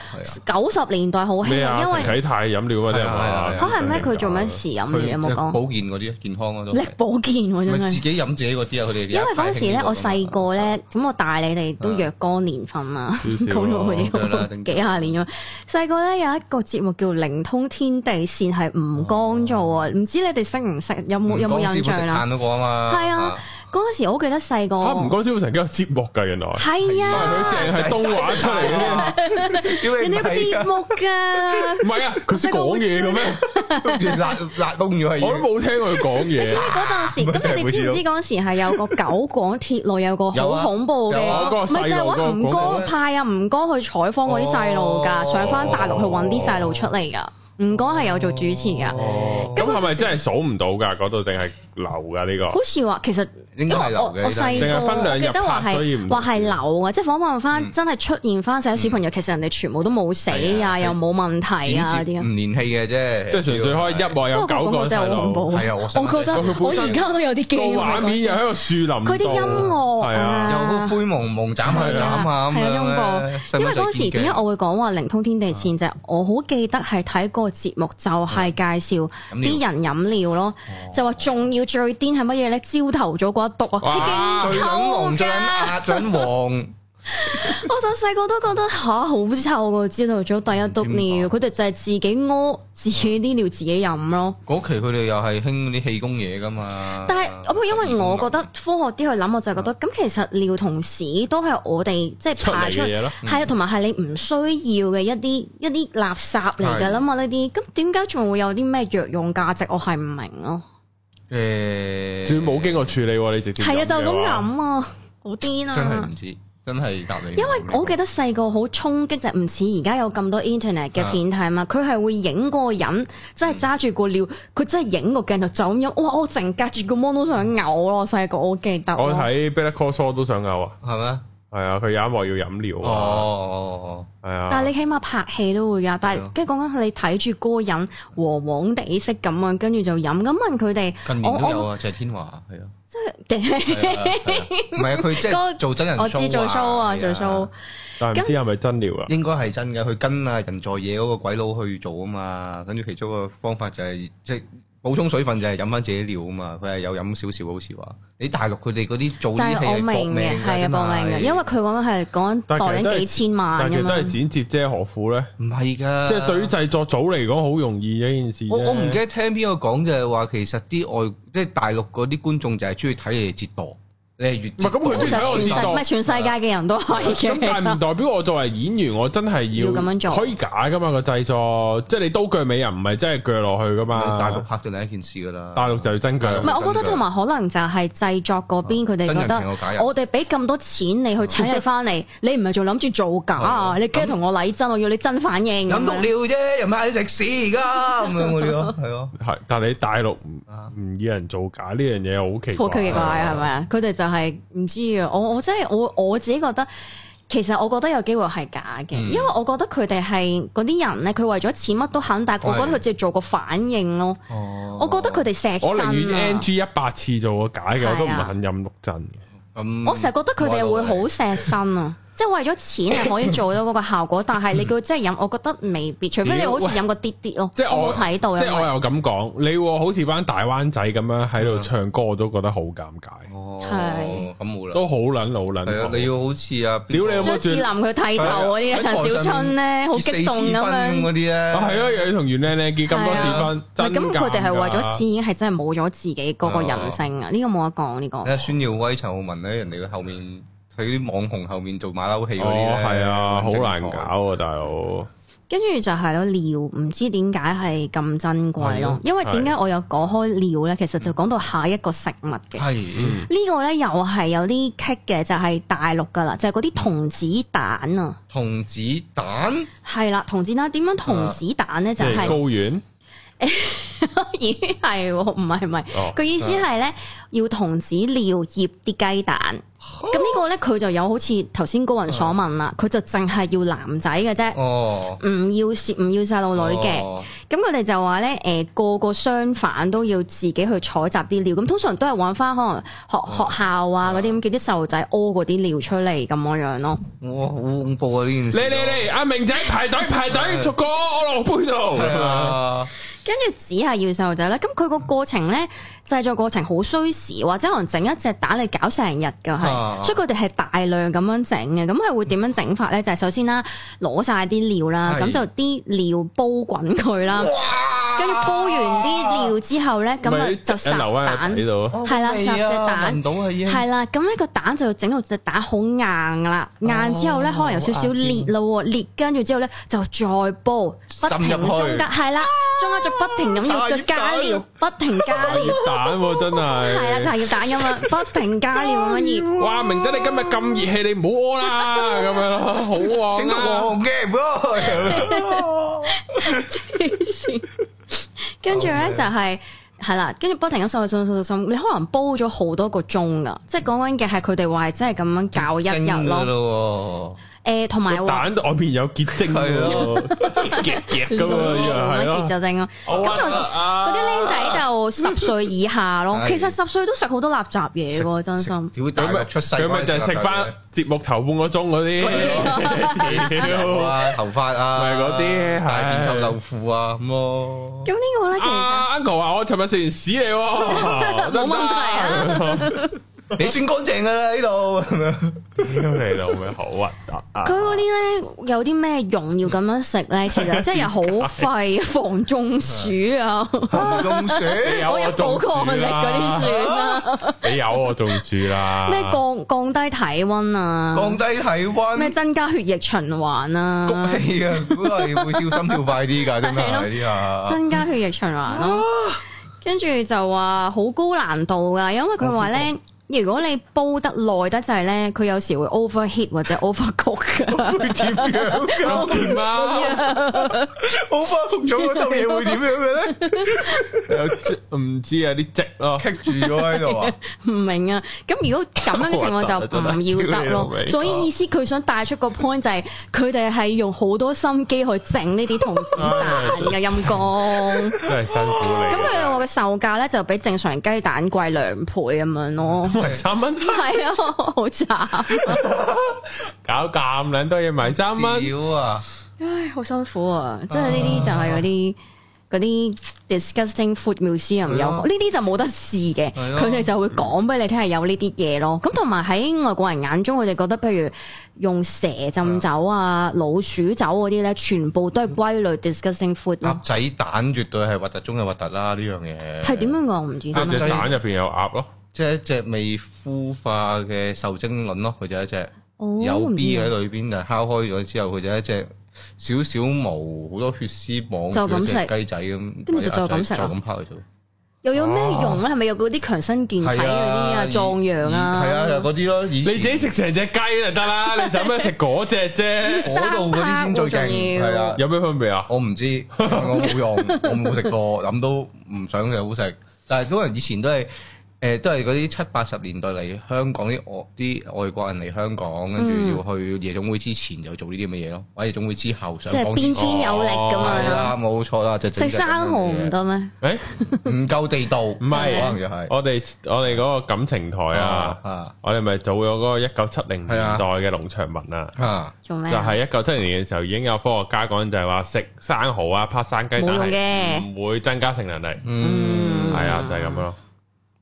S3: 九十年代好興
S1: 咩
S3: 嘅，
S1: 啊？
S3: 因為
S1: 陳啟泰飲料啊，啲人
S2: 係啊
S1: 話
S2: 係啊係啊
S3: 嚇係咩？佢做咩事飲
S2: 佢
S3: 嘢有冇
S2: 保
S3: 講？
S2: 健嗰啲健康嗰度。
S3: 力保健喎
S2: 咪
S3: 真
S2: 自
S3: 係。
S2: 己飲自己嗰啲啊，佢哋
S3: 因為嗰陣時咧，我細個咧，咁我大你哋都若干年份啦，
S1: 啊少啊少
S3: 講到佢
S2: 梗係啦頂多
S3: 啲幾廿年咁。細個咧有一個節目叫《靈通天地線》，
S1: 哦
S3: 係吳剛做啊，唔知你哋識唔識，有冇有冇印象啦？
S2: 嗰個啊嘛，
S3: 係啊，嗰時我好記得細個，
S1: 吓唔該，招神經有節目㗎，原來，
S3: 係
S1: 但係
S3: 啊，
S1: 佢淨係東話出嚟嘅
S2: 啊
S1: 啫，
S2: 屌你
S3: 人哋有個節目 㗎。
S1: 唔係啊，佢識講嘢嘅咩？
S2: 目，辣辣窿咗係
S1: 我都
S2: 要。
S1: 冇聽過佢講
S3: 你知唔
S1: 嘢
S3: 知。嗰陣時？
S2: 唔係
S3: 咁你哋知唔知嗰陣時係有個九廣鐵路有個
S2: 有啊
S3: 好恐怖嘅
S2: 有
S1: 嗰
S2: 啊，
S1: 個
S3: 唔係就
S1: 細
S3: 係
S1: 路
S3: 揾
S1: 嗰
S3: 吳
S1: 個
S3: 哥派啊吳哥去採訪嗰啲細路㗎，
S2: 哦
S3: 上翻大陸去揾啲細路出嚟㗎。吳哥係有做主持㗎，
S1: 哦，咁係咪真係數唔到㗎？嗰度定係流㗎呢
S3: 好
S1: 個？
S3: 似話其實
S2: 應
S3: 因為
S2: 該係流
S3: 我
S2: 嘅
S3: 我細
S1: 定係分
S3: 個
S1: 兩
S3: 我
S1: 日
S3: 記得話
S1: 拍所以唔
S3: 係
S1: 同
S3: 話係流嘅，即係訪問翻真係出現翻寫小朋友，其實人哋全部都冇死
S2: 係啊
S3: 啊，
S2: 係
S3: 又冇問題啊
S2: 剪
S3: 啲
S2: 接
S3: 啊。
S2: 唔連戲嘅啫，
S1: 即係純粹可以一幕有
S3: 不過
S1: 九
S3: 嗰
S1: 個
S3: 個廣告真
S1: 細
S3: 係好恐怖，
S1: 路，
S2: 係啊我想
S3: 我覺得
S1: 睇佢
S3: 我
S1: 本身
S3: 而家都有啲
S1: 個
S3: 驚啊。
S1: 畫面又喺個樹林度，
S3: 佢啲音樂
S1: 係啊，
S2: 有個灰蒙蒙斬下斬下咁
S3: 係啊
S2: 樣
S3: 擁
S2: 咧。
S3: 因為嗰陣時點解我會講話靈通天地線就係我好記得係睇個節目就係介紹啲人飲哦料咯，就話仲要最癲係乜嘢咧？朝頭早嗰一督
S1: 哇
S3: 啊，係
S2: 最
S3: 勁
S2: 撚黃、
S3: 臭
S2: 最撚
S3: 㗎！
S2: 壓、最撚黃，
S3: 我就細個都覺得吓好臭噶，朝頭早第一督尿，
S2: 唔
S3: 佢哋就係自己屙、自己啲尿、自己飲咯。
S2: 嗰期佢哋又係興嗰啲氣功嘢噶嘛。
S3: 但係咁，因為我覺得科學啲去諗，我就係覺得咁其實尿同屎都係我哋即係
S1: 出嚟
S3: 排出
S1: 嘅嘢咯。
S2: 嗯
S3: 係啊，同埋係你唔需要嘅一啲一啲垃圾嚟㗎啦嘛，呢啲咁點解仲會有啲咩藥用價值？我係唔明咯。
S2: 誒，
S1: 仲要冇經過處理喎，你直接
S3: 係啊，
S1: 飲
S3: 就
S1: 嘅
S3: 咁
S1: 話
S3: 飲啊，好癲
S2: 真係
S3: 啊
S2: 唔！知，真係隔離。
S3: 因為我記得細個好衝擊，就唔似而家有咁多 internet
S2: 啊
S3: 嘅片睇嘛，佢係會影嗰個人，真係揸住個尿，佢真係影個鏡頭就咁樣，哇！我成隔住個 mon 都想嘔咯，我細個我記得咯。
S1: 我睇《Better Call Saul》都想嘔啊，
S2: 係咩？
S1: 係啊，佢有一幕要飲
S2: 哦
S1: 料啊，
S2: 哦
S1: 係啊。
S3: 但係你起碼拍戲都會㗎，但
S2: 係啊
S3: 係跟住講緊你睇住嗰個人黃黃地色咁樣，跟住就飲。咁問佢哋
S2: 哦，，近年都有啊，謝天華係啊，
S3: 即係
S2: 係啊係啊唔係啊佢即係
S3: 嗰
S2: 做真人 show
S3: 我知做 show 啊，
S2: 係
S3: 做 show。
S1: 但係唔知係咪真料啊？
S2: 應該係真嘅，佢跟啊人在野嗰個鬼佬去做啊嘛，跟住其中一個方法就係、即係補充水分就係飲翻自己尿啊嘛，佢係有飲少少好似話。你大陸佢哋嗰啲做呢
S3: 但
S2: 啲戲
S3: 係我
S2: 係搏
S3: 明
S2: 命
S3: 嘅，
S2: 㗎
S3: 係啊，
S2: 真
S3: 搏命嘅，因為佢講緊係講緊
S1: 但係
S3: 袋
S1: 其實都係
S3: 緊幾千
S1: 但
S3: 萬
S1: 係
S3: 咁
S1: 其實都係
S3: 樣。
S1: 剪接啫，何苦咧？
S2: 唔係㗎，
S1: 即係對於製作組嚟講，好容易嘅一件事啫。
S2: 我我唔記得聽邊個講就係話，其實啲外即係大陸嗰啲觀眾就係中意睇你哋折墮，你係越
S1: 係咁佢
S3: 其
S1: 中意睇我
S3: 實全
S1: 知
S3: 世
S1: 道
S3: 唔係全世界嘅人都 係嘅，其
S1: 咁但係唔
S3: 實
S1: 代表我作為演員，我真係要
S3: 要咁樣做
S1: 可以假噶嘛個製作，即係你刀鋸尾啊人唔係真係鋸落去噶嘛。
S2: 大陸拍就另一件事㗎啦。
S1: 大陸就要真
S2: 大
S1: 鋸
S3: 唔。係，我覺得同埋可能就係製作嗰邊佢哋
S2: 啊真
S3: 覺
S2: 人情我
S3: 得。
S2: 假人，
S3: 我哋俾咁多錢你去請你翻嚟，你唔係仲諗住造假啊？你驚同我禮真，我要你真反應。
S2: 飲篤尿啫，又唔係你食屎而家咁樣嗰啲咯，係咯。
S1: 係，但係你大陸唔唔要人做假呢樣嘢好奇怪。
S3: 好奇怪係咪啊？佢哋就係唔知啊！我我真係我我自己覺得，其實我覺得有機會係假嘅，
S2: 嗯
S3: 因為我覺得佢哋係嗰啲人咧，佢為咗錢乜都肯，但係我覺得佢只係做個反應咯。
S2: 哦
S3: 我覺得佢哋錫
S1: 我寧
S3: 身
S1: 願
S3: 啊！
S1: NG 一百次做個假嘅，我都唔
S3: 係啊
S1: 肯飲六陣嘅。
S2: 咁
S3: 我成日覺得佢哋會好錫身啊！即係為 咗錢係可以做到嗰個效果，但係你叫佢真係飲，我覺得未必，除非你好似飲過啲啲咯。
S1: 即係
S3: 我
S1: 我
S3: 冇睇到，
S1: 即係
S3: 因
S1: 我
S3: 為
S1: 又咁講，你喎好似班大灣仔咁樣喺
S3: 嗯
S1: 度唱歌，我都覺得好尷尬，
S2: 哦，咁冇啦，
S1: 都好撚老撚
S2: 係啊，
S1: 痛。
S2: 你要好似啊，
S1: 屌你老母
S3: 張智霖佢剃頭嗰啲啊，陳小春咧好激動咁樣。
S2: 嗰啲咧，
S1: 啊係啊，又要同袁靚靚結咁多次婚，
S3: 唔
S1: 真
S3: 係咁，佢哋
S1: 尷
S3: 係
S1: 尬啊
S3: 為咗錢，已經係真係冇咗自己嗰個人性啊！呢個冇得講，呢個
S2: 啊，孫耀威、陳浩文咧，人哋嘅後面喺啲網紅後面做馬騮戲嗰啲
S1: 哦，
S2: 咧，
S1: 係啊，好
S2: 正
S1: 難
S2: 確
S1: 搞。啊，大佬。
S3: 跟住就係咯尿，唔知點解係咁珍貴
S2: 係咯
S3: 咯。因為點解我有講開尿咧？其實就講到下一個食物嘅呢
S2: 係，嗯
S3: 個咧，又係有啲棘嘅，就係大陸噶啦，就係嗰啲童子蛋啊，
S2: 童子蛋
S3: 係啦，童子蛋點樣童子蛋咧？
S1: 即
S3: 就
S1: 係
S3: 係
S1: 高原，
S3: 咦係喎，唔係唔係
S1: 哦，
S3: 佢意思係咧要童子尿醃啲雞蛋。咁呢個咧佢就有好似頭先高人所問啦，佢就淨係要男仔嘅啫。
S2: 哦，
S3: 唔要小唔要細路女嘅，
S2: 哦，
S3: 咁佢哋就話咧，誒、個個相反都要自己去採集啲料，咁通常都係揾翻可能學、學校啊嗰啲咁，叫啲細路仔屙嗰啲料出嚟咁樣樣咯。
S2: 哇，好恐怖啊呢件事。
S1: 嚟嚟嚟，阿明仔排 隊排隊，逐個我落杯
S2: 係
S1: 度。
S2: 啊，
S3: 跟住只係要細路仔咧，咁佢個過程咧製作過程好需時，或者可能整一隻蛋你搞成日㗎，係，
S2: 啊
S3: 所以佢哋係大量咁樣整嘅。咁係會點樣整法咧？就係、首先啦，攞晒啲料啦，
S2: 係
S3: 咁就啲料煲滾佢啦。跟住鋪完啲料之後咧，咁啊
S1: 咪
S3: 就烚
S1: 留喺個
S3: 蛋
S1: 底。度，
S3: 係啦
S2: 十
S3: 烚隻蛋
S2: 到啊已經
S3: 係啦，咁呢個蛋就整到隻蛋好硬啦，
S2: 哦
S3: 硬之後咧可能有少少裂咯喎，裂跟住之後咧就再煲，不
S2: 滲
S3: 停
S2: 入去
S3: 中間係啦，中間就不停咁要再加料，不停加
S1: 大熱
S3: 料，
S1: 蛋 喎真
S3: 係啦，
S1: 係。
S3: 茶葉蛋咁樣，不停加料咁樣醃。
S1: 哇！明德你今日咁熱氣，你唔好屙 啦，咁樣咯，好旺
S2: 整到
S1: 啊！
S2: 我嘅 bro，
S3: 黐線跟住咧就係係啦，跟住不停咁滲滲滲滲滲，你可能煲咗好多個鐘噶，即係講緊嘅係佢哋話係真係咁樣搞一
S2: 蒸
S3: 日
S2: 㗎
S3: 咯。
S2: 咯
S3: 誒，同埋
S1: 個
S3: 話
S1: 蛋外面有結晶
S2: 係
S1: 喎，夾夾 咁啊，係
S3: 結
S1: 咯。
S3: 就正咯。咁就嗰
S1: 嗰
S3: 啲僆仔就十歲以下咯
S2: 係，
S3: 其實十歲都食好多垃圾
S2: 喎，
S3: 嘢喎，真心。
S2: 屌大
S1: 佢咪
S2: 陸出世嗰陣
S1: 佢
S2: 時
S1: 咪就係食 翻節目頭半個鐘嗰
S2: 頭
S1: 啲。
S2: 啊頭髮啊，
S1: 咪嗰啲係
S2: 大變臭豆腐啊咁咯。
S3: 咁呢個咧其實
S1: 啊 Uncle 話我尋日食完屎你 喎，
S3: 冇問題啊
S2: 你算乾淨噶啦呢度咁樣，
S1: 屌你老味，好核突啊！
S3: 佢嗰啲咧有啲咩用要咁樣食咧，其實真係好廢，防中暑啊！
S2: 用
S1: 你
S2: 水
S1: 有
S3: 我
S1: 我
S3: 有補
S1: 哦中
S3: 抗力
S1: 暑啊
S3: 嗰啲
S1: 啦，
S3: 算啦，
S1: 你有我中暑啦。
S3: 咩降降低體温啊，
S2: 降低體温，
S3: 咩增加血液循環啊，
S2: 谷氣啊，估 係會跳心跳快啲㗎，真係
S3: 係咯
S2: 呢啲啊。
S3: 增加血液循環咯。跟住就話好高難度㗎，因為佢話咧，如果你煲得耐得滯咧，佢有時會 overheat 或 者 overcook 㗎。
S1: 會點樣？ 咁點啊？
S2: 好翻服咗嗰套嘢會點樣嘅 咧？
S1: 有積唔知啊啲積咯，
S2: 棘住咗喺度啊！
S3: 唔明啊！咁如果咁樣嘅情況 就唔要得
S1: 我覺得真係屌你老味
S3: 咯。所以意思佢想帶出個 point 就係佢哋係用好多心機去整呢啲童子蛋 嘅陰公。
S1: 真係辛苦
S3: 咁
S1: 你。
S3: 佢話嘅售價咧就比正常雞蛋貴兩倍咁樣 咯。
S1: 咁咪三蚊，
S3: 係啊，好慘，
S1: 搞咁撚多嘢咪三蚊。
S2: 屌啊！
S3: 唉，好辛苦啊！即係呢啲就係嗰啲。嗰啲 disgusting food museum
S2: 係
S3: 有
S2: 咯
S3: 呢啲就冇得試嘅，
S2: 係咯
S3: 佢哋就會講俾你聽係有呢啲嘢咯。咁同埋喺外國人眼中，佢哋覺得譬如用蛇浸酒啊、老鼠酒嗰啲咧，全部都係歸類 disgusting food 咯
S2: 鴨。仔蛋絕對係核突中嘅核突啦，呢樣嘢
S3: 係點？樣講？我唔知
S1: 咁
S3: 點
S1: 隻
S3: 樣。
S1: 蛋入邊有鴨咯，
S2: 即係一隻未孵化嘅受精卵咯，佢就一隻
S3: 哦
S2: 有
S3: 我唔知
S2: B
S3: 啊
S2: 喺裏邊，但係敲開咗之後，佢就一隻少少毛，好多血絲網，
S3: 就咁食
S2: 一隻雞仔咁，
S3: 跟住就就咁食啊
S2: 就咁拋佢做。
S3: 又有咩用啊咧？係咪有嗰啲強身健體嗰啲啊、壯陽啊？
S2: 係啊，係嗰啲咯，以
S1: 你
S2: 前
S1: 自己食成隻雞就得啦，你使乜食嗰只啫？
S2: 嗰度嗰啲先最勁，係啊。
S1: 有咩分別啊？
S2: 我唔知，我冇 用，我冇食過，諗都唔想佢好食。但係可能以前都係誒、都係嗰啲七八十年代嚟香港啲外啲外國人嚟香港，跟
S3: 嗯
S2: 住要去夜總會之前就做呢啲咁嘅嘢咯，或者夜總會之後上
S3: 即係
S2: 港
S3: 邊
S2: 之前。
S3: 邊有力咁
S2: 係
S3: 樣
S2: 啦，
S3: 咯。
S2: 冇錯啦，就
S3: 食
S2: 整隻咁
S3: 生
S2: 樣嘅嘢
S3: 蠔唔，得咩？
S1: 誒，
S2: 唔夠地道，唔
S1: 係
S2: 可能就係
S1: 我哋我哋嗰個感情台啊，
S2: 啊
S1: 我哋咪做咗嗰個一九七零年代嘅農場文啊。
S2: 啊
S3: 做咩
S1: 就
S3: 啊？
S1: 係一九七零年嘅時候已經有科學家講就係話食生蠔啊、拍生雞蛋
S3: 冇用
S1: 係
S3: 嘅
S1: 唔會增加性能力，
S2: 嗯，
S1: 係啊，就係咁樣。咯。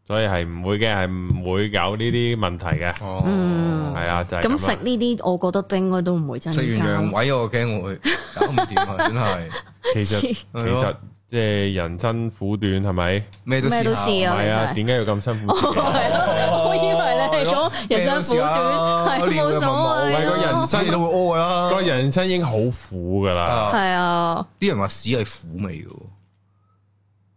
S1: 所以係唔會嘅，係唔會有呢啲問題嘅，
S2: 哦，
S3: 嗯
S1: 係啊，就係
S3: 咁
S1: 樣
S3: 食呢啲，我覺得都應該都唔會增加。
S2: 食完陽痿我驚會搞唔掂啊，真係
S1: 其實
S3: 黐
S1: 其實即係人生苦短係咪？
S2: 咩都
S3: 咩都試
S1: 唔
S3: 啊
S1: 係啊，
S3: 其實
S1: 點解要咁辛苦自 己？
S3: 係咯，我以為你係講人生苦短，係冇所
S1: 喂
S3: 謂啊
S1: 個人
S3: 咯。
S1: 生
S2: 你都會屙㗎啦。
S1: 個人生已經好苦噶啦，
S2: 啊
S3: 係啊，
S2: 啲人話屎係苦味嘅喎，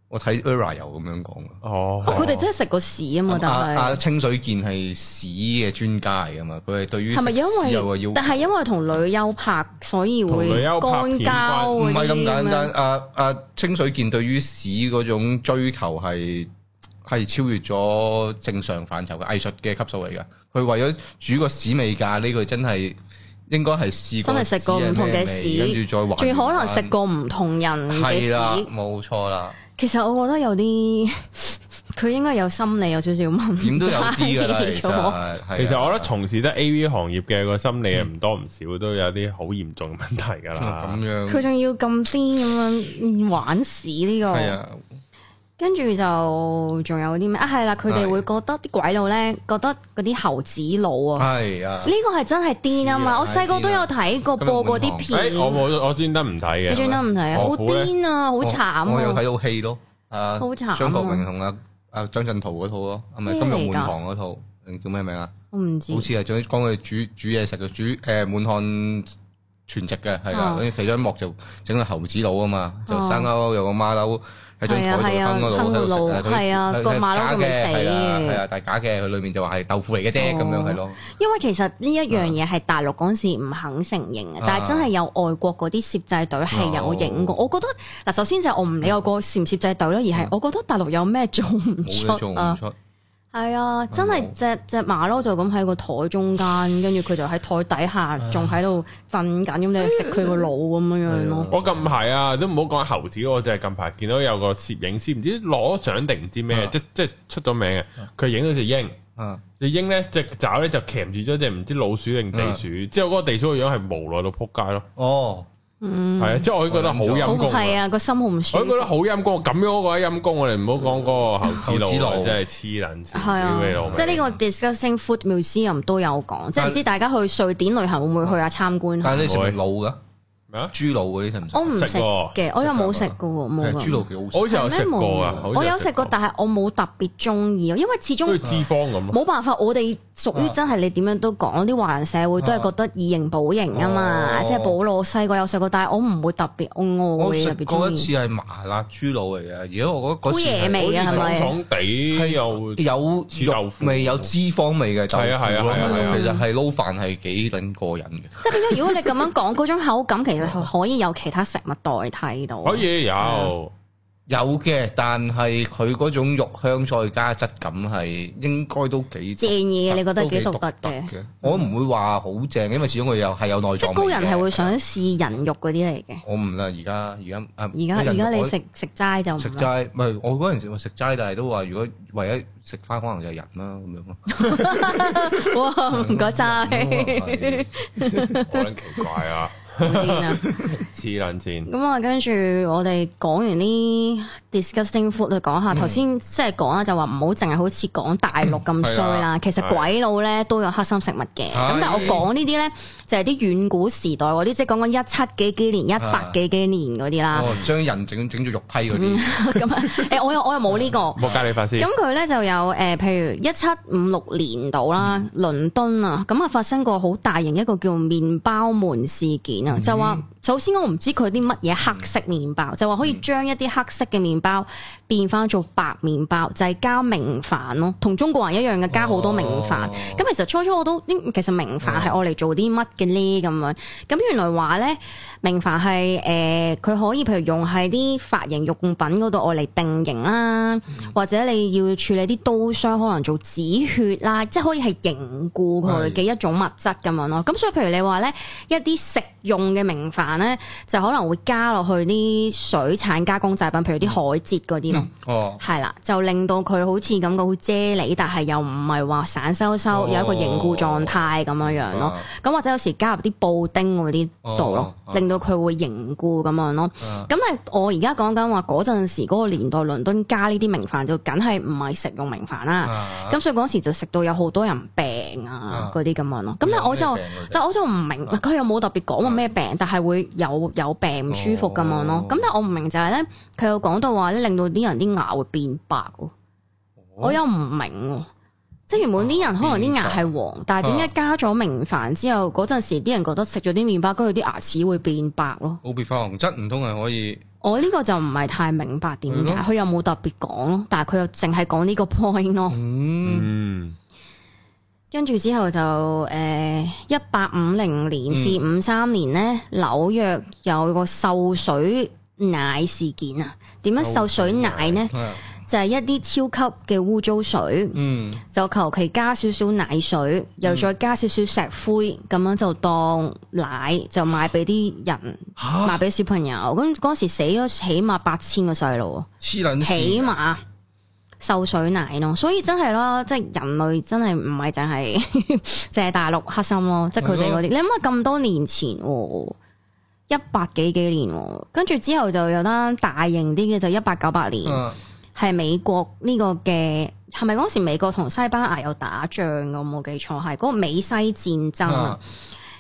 S2: 我睇 ERA 有咁樣講啊。
S1: 哦，
S3: 佢哋真係食過屎啊嘛，但
S2: 阿阿
S3: 係
S2: 清水健係屎嘅專家嚟噶嘛，佢係對於
S3: 係咪
S2: 食屎
S3: 因
S2: 有個要
S3: 為
S2: 求？
S3: 但係因為同女優拍，所以會
S1: 同女優
S3: 干
S1: 拍
S3: 膠
S1: 片關
S2: 唔
S3: 嗰
S2: 係
S3: 啲
S2: 咁簡單
S3: 咩。
S2: 阿阿清水健對於屎嗰種追求係係超越咗正常範疇嘅藝術嘅級數嚟㗎。佢為咗煮個屎味架呢個真係應該係試過
S3: 真係食過唔同嘅屎
S2: 係咩味跟住再還
S3: 仲
S2: 原
S3: 要可能食
S2: 返
S3: 過唔同人嘅
S2: 係啦
S3: 屎，，
S2: 冇錯啦。
S3: 其實我覺得有啲 佢應該有心理有少少問題。
S2: 點都有啲 㗎啦，其實係
S1: 其實我覺
S2: 啊
S1: 得從事得 A.V. 行業嘅個心理唔多唔少都有啲好嚴重嘅問題㗎啦。
S2: 咁樣
S3: 佢仲要咁癲咁樣玩屎呢個，
S2: 係啊，
S3: 跟住就仲有啲咩啊？係啦，佢哋
S2: 係
S3: 會覺得啲鬼佬咧，覺得嗰啲猴子佬啊，
S2: 係啊
S3: 呢，個係真係癲啊嘛！我細個都有睇過
S2: 咁
S3: 播過
S2: 有
S3: 啲
S2: 冇
S3: 片，
S1: 诶，我我我專登唔睇嘅，
S3: 你專登唔睇啊？
S1: 我
S3: 好
S1: 估呢
S3: 癲啊，好
S2: 我我有
S3: 慘啊！
S2: 睇到戲咯，啊，
S3: 好慘啊
S2: 張國榮同阿阿張振圖嗰套咯，啊唔係
S3: 咩
S2: 《
S3: 嚟
S2: 金玉滿
S3: 㗎
S2: 堂》嗰套，嗯叫咩名啊？
S3: 我唔知
S2: 好似係總之講佢煮煮嘢食嘅，煮誒滿漢全席嘅，係啊
S3: 哦，
S2: 跟住其中一幕就整個猴子佬啊嘛，就
S3: 哦
S2: 生勾勾有個馬騮喺張
S3: 係啊係
S2: 台
S3: 啊
S2: 度坑嗰度喺度食，
S3: 坑個腦係啊
S2: 佢佢
S3: 個
S2: 佢
S3: 馬騮
S2: 假
S3: 仲未
S2: 嘅
S3: 死
S2: 係
S3: 哦
S2: 啊
S3: 嘅
S2: 係啊，但係假嘅，佢裏面就話係豆腐嚟嘅啫，咁樣係咯，
S3: 因為其實呢一
S1: 啊
S3: 樣嘢係大陸嗰陣時唔肯承認嘅，
S2: 啊
S3: 但係真係有外國嗰啲攝製隊係
S1: 啊
S3: 有影過。
S2: 哦
S3: 我覺得嗱，首先就係我唔理外國攝唔攝製隊
S1: 嗯
S3: 啦，而係我覺得大陸有咩做唔
S2: 冇嘢做
S3: 出
S2: 唔
S3: 啊？
S2: 出，
S3: 係
S1: 嗯
S3: 啊，真係只只馬騮就咁喺個台中間，跟住佢就喺台底下
S1: 啊
S3: 仲喺度震緊，咁你就食佢個腦咁樣樣咯。
S1: 我近排啊，都唔好講猴子，我就係近排見到有個攝影師，唔知攞獎定唔知咩，
S2: 啊
S1: 即即出咗名嘅，佢影咗只鷹，
S2: 啊
S1: 只鷹咧隻爪咧就鉗住咗隻唔知老鼠定地鼠，之後嗰個地鼠個樣係無奈到撲街咯，
S2: 哦，
S3: 嗯，
S1: 係啊，即係我已經覺得好陰
S3: 好
S1: 公啊，
S3: 係啊，個心好唔舒
S1: 我已經覺
S3: 服。
S1: 得好陰公，咁樣嗰個陰公，我哋唔好講嗰個猴子佬啊，
S2: 猴子佬
S1: 真係黐撚線，
S3: 係啊
S1: 屌你老味，
S3: 即係呢個 discussing food museum 都有講，即係唔知大家去瑞典旅行會唔會去啊參觀下
S2: 但係你食唔食腦㗎？
S1: 咩啊？
S2: 豬腦嗰啲食唔食？
S3: 我唔
S1: 食
S3: 食
S1: 喎
S3: 嘅，我又冇食嘅喎，冇啊
S2: 其實
S3: 㗎
S2: 豬腦幾好
S1: 我
S2: 食，
S1: 好似有食過
S3: 係咩
S1: 啊，
S3: 冇
S1: 好
S3: 我有
S1: 有
S3: 食過，但係我冇特別中意，因為始
S1: 好似
S3: 終
S1: 脂肪咁咯，
S3: 冇辦法，我哋屬
S2: 啊
S3: 於真係你點樣都講，啲華人社會都係覺得以形補形啊嘛，
S2: 哦
S3: 即係保老細個有細個，但係我唔會特別我
S2: 我
S3: 愛特
S2: 食
S3: 別
S2: 過
S3: 中
S2: 一次
S3: 意。
S2: 係麻辣豬腦嚟嘅，而家我覺得
S3: 姑
S2: 嗰次係
S3: 爺味啊，係啊
S1: 爽
S3: 咪？
S1: 爽地又
S2: 係有
S1: 似豆腐
S2: 肉味有脂肪味嘅豆腐
S1: 係啊係啊係啊
S3: 係啊
S2: 其實係撈飯係幾撚過癮嘅。
S3: 即係變咗，如果你咁樣講，嗰種口感其實可以有其他食物代替到。啊
S1: 可以有。
S2: 有嘅，但係佢嗰種肉香再加質感係應該都幾
S3: 正嘢嘅，你覺得
S2: 都
S3: 幾獨特
S2: 特
S3: 嘅？
S2: 嘅。我唔會話好正，因為始終佢又係有內
S3: 即係
S2: 臟
S3: 高
S2: 味嘅
S3: 人係會想試人肉嗰啲嚟嘅。
S2: 我唔啦，而家而家啊
S3: 而家而家你食食齋就唔
S2: 食
S3: 啦
S2: 齋，唔係我嗰陣時話食齋，但係都話如果唯一食翻可能就係人啦咁 樣咯。
S3: 哇，唔該晒，
S2: 係
S1: 好撚奇怪 啊！
S3: 好癲啊！
S1: 黐撚線，
S3: 咁啊，跟住我哋講完呢 disgusting food 去講下，頭先即係講啦，啊就話唔好淨係好似講大陸咁衰啦，其實鬼佬咧都有黑心食物嘅。咁但係我講呢啲咧，就係啲遠古時代嗰啲，即係講緊一七幾幾年、一百幾幾年嗰啲 啦。
S2: 哦，將人整整咗肉批嗰啲，
S3: 咁啊，誒我又我又冇呢個。
S1: 莫加利法師
S3: 咁佢咧就有誒、呃譬如一七五六年度啦，倫敦啊，咁啊發生過好大型一個叫麵包門事件啊，就話首先我唔知佢啲乜嘢黑色麵包，就話可以將一啲黑色嘅麵包變翻做白麵包，就係、加明糞咯，同中國人一樣嘅 加好多明糞。
S2: 哦
S3: 咁其實初初我都嗯其實明糞係我嚟做啲乜嘅呢？咁樣，咁原來話咧明糞係誒呃佢可以譬如用喺啲髮型用品嗰度愛嚟定型啦，或者你要處理啲刀傷，可能做止血啦，即係可以係凝固佢嘅一種物質咁樣咯。咁所以譬如你話咧一啲食用嘅明糞咧，就可能會加落去啲水產加工製品，譬如啲海蜇嗰啲咯。
S2: 哦，
S3: 係啦，就令到佢好似感覺好啫喱，但係又唔係話散收收，
S2: 哦
S3: 有一個凝固狀態咁樣樣咯。咁或者有時加入啲布丁嗰啲度咯，
S2: 哦
S3: 令到佢會凝固咁樣咯。
S2: 啊。
S3: 咁但係我而家講緊話嗰陣時嗰個年代，倫敦加呢啲明飯就梗係唔係食用明飯啦。
S2: 啊
S3: 咁所以嗰時就食到有好多人病啊
S2: 啊
S3: 嗰啲咁樣咯。咁但係
S2: 有
S3: 我就
S2: 咩病佢哋
S3: 但我就唔明，佢又冇特別講話咩病，但係會有有病唔舒服咁樣咯
S2: 哦。
S3: 咁但係我唔明就係咧，佢有講到話咧，令到啲人啲牙會變白喎。
S2: 哦
S3: 我又唔明喎，即係原本啲人可能啲牙係
S2: 哦
S3: 黃，但係點
S2: 啊
S3: 解加咗明糞之後，嗰陣時啲人覺得食咗啲麵包，跟住啲牙齒會變白咯？
S2: 奧別化學質唔通係可以
S3: 我呢個就唔係太明白點解，
S2: 係咯
S3: 佢又冇特別講咯，但係佢又淨係講呢個 point 咯。
S2: 嗯
S1: 嗯，
S3: 跟住之後就誒一八五零年至五三年呢，紐約有個鏽水奶事件啊。點樣鏽水奶呢？
S2: 係啊
S3: 就係一啲超級嘅污糟水，
S2: 嗯
S3: 就求其加少少奶水，又再加少少石灰，咁樣就當奶就賣俾啲人，
S2: 吓
S3: 賣俾小朋友。咁嗰時死咗起碼八千個細路喎。
S2: 黐撚線
S3: 起碼受水奶咯，所以真係咯，即係人類真係唔係淨係 淨係大陸黑心咯，即係佢哋嗰啲。你諗下咁多年前喎，一百幾幾年喎，跟住之後就有單大型啲嘅就一八九八年，
S2: 啊
S3: 係美國呢個嘅，係咪嗰時美國同西班牙有打仗㗎？我冇記錯，係嗰個美西戰爭啊
S2: 啊。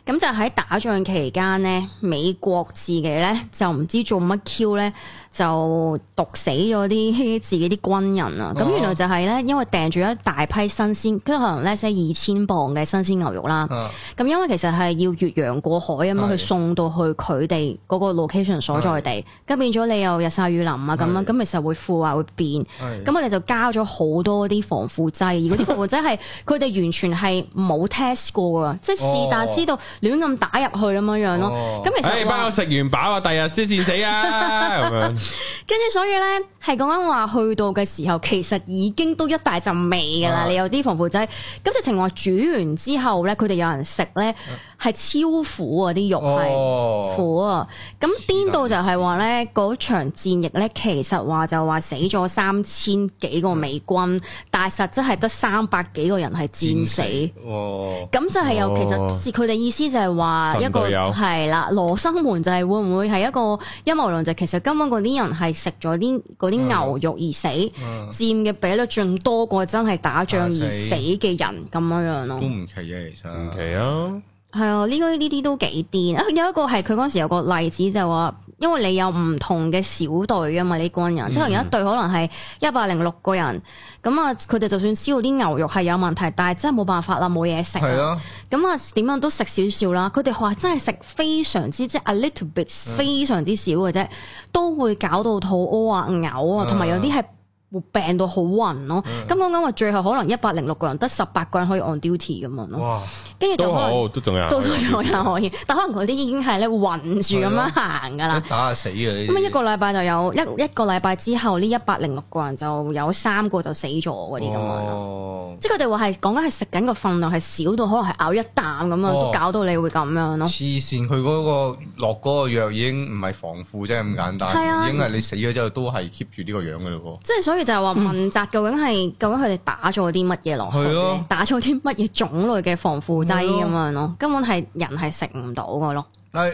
S3: 咁就喺打仗期間呢，美國自己呢就唔知做乜 Q 呢，就毒死咗啲自己啲軍人啊！咁
S2: 哦
S3: 原來就係呢，因為訂住一大批新鮮，跟住可能呢，即二千磅嘅新鮮牛肉啦。
S2: 啊
S3: 咁因為其實係要越洋過海咁樣
S2: 係
S3: 去送到去佢哋嗰個 location 所在地，咁變咗你又日曬雨淋啊咁
S2: 係
S3: 樣，咁其實會腐壞會變，
S2: 係
S3: 咁我哋就加咗好多啲防腐劑，而嗰啲防腐劑係佢哋完全係冇 test 過啊，即係是但
S2: 哦
S3: 知道亂咁打入去咁樣樣咯。
S2: 哦
S3: 咁其
S1: 诶，
S3: 實
S1: 班
S3: 話
S1: 我食完飽啊，第日即係戰死 啊，咁樣
S3: 跟住所以咧係講緊話去到嘅時候，其實已經都一大陣味㗎啦。
S2: 啊
S3: 你有啲防腐劑，咁直情話煮完之後咧，佢哋有人食咧係超苦啊啲肉係。
S2: 啊哦，
S3: 苦啊！咁顛到就係話咧，嗰場戰役咧，其實話就話死咗三千幾個美軍，但係實質係得三百幾個人係戰死。
S2: 哦，
S3: 咁就係有其
S1: 哦
S3: 實佢哋意思就係話一個
S1: 神隊友
S3: 係啦，羅生門就係會唔會係一個陰謀論？就其實根本嗰啲人係食咗啲嗰啲牛肉而死，
S2: 嗯
S3: 佔嘅比率仲多過真係打仗而
S2: 打死
S3: 死嘅人咁樣樣咯
S2: 都。唔奇嘅，其實
S1: 唔奇啊，
S3: 係啊，呢個呢啲都幾癲啊！有一個係佢嗰時有個例子就話，因為你有唔同嘅小隊啊嘛，呢軍人，即係可能一隊可能係一百零六個人，咁啊佢哋就算知道啲牛肉係有問題，但係真係冇辦法啦，冇嘢食
S2: 係
S3: 啊，
S2: 咯，
S3: 咁啊點樣都食少少啦。佢哋話真係食非常之即係 a little bit 非常之少嘅啫，都會搞到肚屙啊、嘔啊，同埋有啲係。會病到好暈咯，咁講緊話最後可能一百零六個人得十八個人可以 on duty 咁樣咯，
S2: 哇，
S3: 跟住就
S1: 都
S3: 可能
S1: 好，都
S2: 啊
S1: 仲有人
S3: 到咗仲有人 可以，但可能嗰啲已經係咧暈住咁樣行噶啦。
S2: 一打就死嘅呢啲
S3: 咁啊一個禮拜就有一一個禮拜之後，呢一百零六個人就有三個就死咗嗰啲咁樣咯。
S2: 哦，
S3: 即係佢哋話係講緊係食緊個份量係少到可能係咬一啖咁樣，
S2: 哦
S3: 都搞到你會咁樣咯。
S2: 黐線，佢嗰個落嗰個藥已經唔係防腐啫咁簡
S3: 係啊
S2: 單，已經係你死咗之後都係 keep 住呢個樣嘅嘞
S3: 即係所以就係話問責究竟係究竟佢哋打咗啲乜嘢落
S2: 嗯
S3: 去
S2: 係咯
S3: 呢，打咗啲乜嘢種類嘅防腐劑
S2: 係
S3: 咁
S2: 咯
S3: 樣咯，根本係人係食唔到嘅咯。
S2: 但係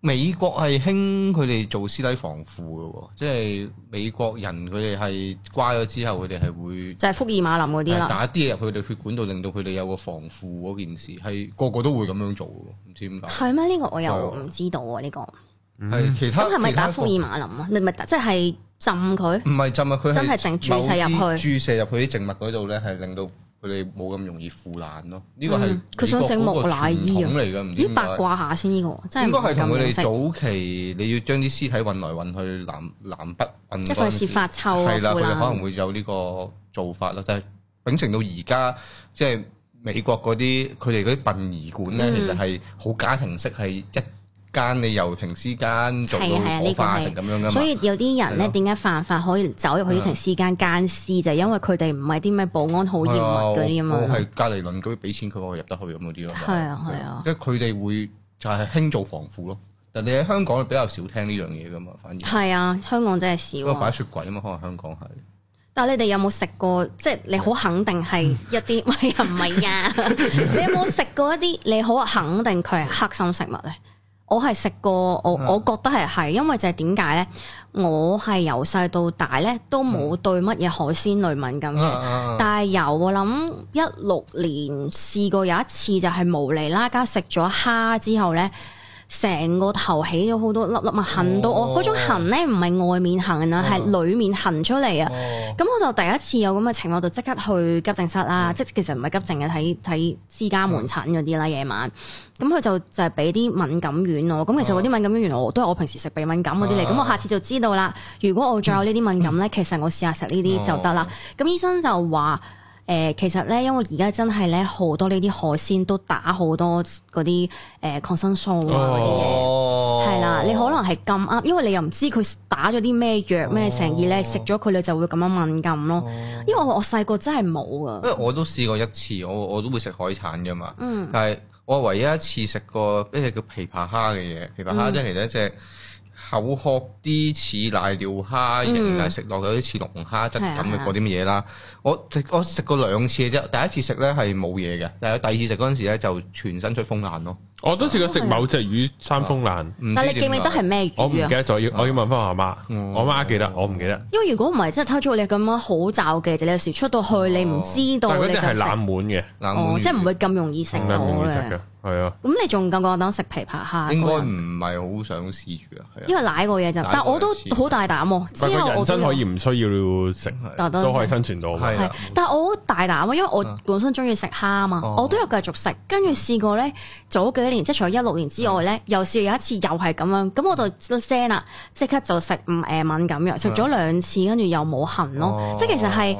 S2: 美國係興佢哋做屍體防腐嘅喎，即係美國人佢哋係瓜咗之後，佢哋係會
S3: 就係福爾馬林嗰啲啦，
S2: 打啲嘢入佢哋血管度，令到佢哋有個防腐嗰件事，係個個都會咁樣做嘅喎，唔知點解。
S3: 係咩？呢個我又
S2: 係喎
S3: 唔知道啊喎，呢個。
S2: 係其他
S3: 咁係咪
S2: 其他
S3: 打福爾馬林啊？你咪打即係浸佢？
S2: 唔係浸啊，佢
S3: 真係淨注射入去
S2: 某啲注射入去啲植物嗰度咧，係令到佢哋冇咁容易腐爛咯。呢個係
S3: 嗯佢想整木乃伊
S2: 美國
S3: 啊
S2: 嗰個傳統嚟㗎，唔知
S3: 咦，
S2: 點解
S3: 八卦下先呢個，真係
S2: 應該係同佢
S3: 唔夠認識
S2: 哋早期，你要將啲屍體運來運去南南北運嗰陣時，
S3: 即係費事發臭啊
S2: 係啦，
S3: 腐
S2: 佢哋
S3: 爛
S2: 可能會有呢個做法啦，但係秉承到而家即係美國嗰啲佢哋嗰啲殯儀館咧，
S3: 嗯
S2: 其實係好家庭式，係一間你由停屍間做
S3: 係啊係啊
S2: 到火化成
S3: 呢
S2: 咁樣㗎嘛。
S3: 所以有啲人
S2: 係
S3: 咧
S2: 咯嗯
S3: 點解犯法可以走入去呢停屍間奸屍，就係因為佢哋唔係啲咩保安好嚴密嗰啲啊
S2: 係哦我
S3: 嘛。
S2: 係隔離鄰居俾錢佢，我入得去咁嗰啲咯。
S3: 係啊係啊
S2: 因為佢哋會就係興做防腐咯。但你喺香港比較少聽呢樣嘢噶嘛，反而
S3: 係啊，香港真
S2: 因
S3: 係少
S2: 為擺
S3: 啊。
S2: 雪櫃啊嘛，可能香港係。
S3: 但係你哋有冇食過？即係你好肯定係一啲， 喂唔係啊？你有冇食過一啲你好肯定佢係黑心食物咧？我係食過，我
S2: 嗯
S3: 我覺得係係，因為就係點解咧？我係由細到大咧都冇對乜嘢海鮮類敏感嘅。
S2: 啊但
S3: 但係由我諗一六年試過有一次就係無厘啦家食咗蝦之後呢，成個頭起咗好多粒粒咪痕到我
S2: 哦
S3: 嗰、種痕呢，唔係外面痕啊，係
S2: 嗯
S3: 裡面痕出嚟啊！
S2: 哦，
S3: 咁我就第一次有咁嘅情況，就即刻去急症室啦。即係其實唔係急症嘅，睇睇私家門診嗰啲啦，夜晚。咁佢就就係俾啲敏感丸我。咁其實嗰啲敏感丸原來我都係我平時食鼻敏感嗰啲
S2: 啊
S3: 嚟。咁我下次就知道啦。如果我再有呢啲敏感咧，其實我試下食呢啲就得啦。咁醫生就話。誒、其實咧，因為而家真係咧，好多呢啲海鮮都打好多嗰啲誒抗生素啊嗰啲嘢。
S2: 哦
S3: 係啦，你可能係咁啱，因為你又唔知佢打咗啲咩
S1: 哦
S3: 藥咩成，而你係食咗佢，你就會咁樣敏感咯。因為我我細個真係冇
S2: 因
S3: 噶，
S2: 為我都試過一次，我我都會食海產噶嘛。
S3: 嗯，
S2: 但係我唯一一次食過一隻叫琵琶蝦嘅嘢，琵琶
S3: 嗯
S2: 蝦即係其實一隻口殼啲似瀨尿蝦
S3: 嗯
S2: 型，但係食落有啲似龍蝦質
S3: 係啊
S2: 咁
S3: 係
S2: 嘅
S3: 啊
S2: 嗰啲乜嘢啦。我食我食過兩次嘅啫，第一次食咧係冇嘢嘅，但係第二次食嗰陣時咧就全身出風爛咯。
S1: 我都試過食某隻魚三風爛，
S2: 唔知
S3: 但你記唔記得係
S2: 點
S3: 咩
S1: 我唔記
S3: 哦魚啊？
S1: 得咗，要我要問翻我阿媽，
S2: 嗯
S1: 我媽記得，我唔記得。
S3: 因為如果唔係，真係偷咗你咁樣好罩嘅，就你有時出到去你唔知
S1: 哦但
S3: 道
S1: 係
S3: 你
S1: 嗰
S3: 就
S1: 只係冷
S3: 食，
S1: 門嘅，
S2: 解冷門
S3: 哦，
S2: 魚
S3: 即係唔會咁容易食
S1: 冷
S3: 到
S1: 門嘅食
S3: 嘅
S1: 嘅。，係啊。
S3: 咁你仲夠唔夠膽食琵琶蝦？
S2: 應該
S3: 個人
S2: 唔係好想試住啊，係
S3: 因
S2: 啊，
S3: 為奶過嘢就，
S2: 舐過
S3: 但我都
S2: 一次
S3: 好大膽喎。
S1: 但係
S3: 之
S1: 佢
S3: 後我
S1: 人
S3: 都
S1: 生可
S3: 有
S1: 以唔需要食，
S3: 但
S1: 都可以生存到嘛。
S2: 係啊
S3: 係，但係我好大膽啊，因為我
S2: 啊
S3: 本身中意食蝦啊嘛，
S2: 哦
S3: 我都有繼續食，跟住試過咧，早幾年即係除咗一六年之外
S2: 嗯
S3: 咧，又試過有一次又係咁樣，咁我就 s 啦，即刻就食唔誒敏咁樣，食
S2: 啊
S3: 咗兩次，跟住又冇痕
S2: 哦
S3: 咯，即係其實係
S2: 係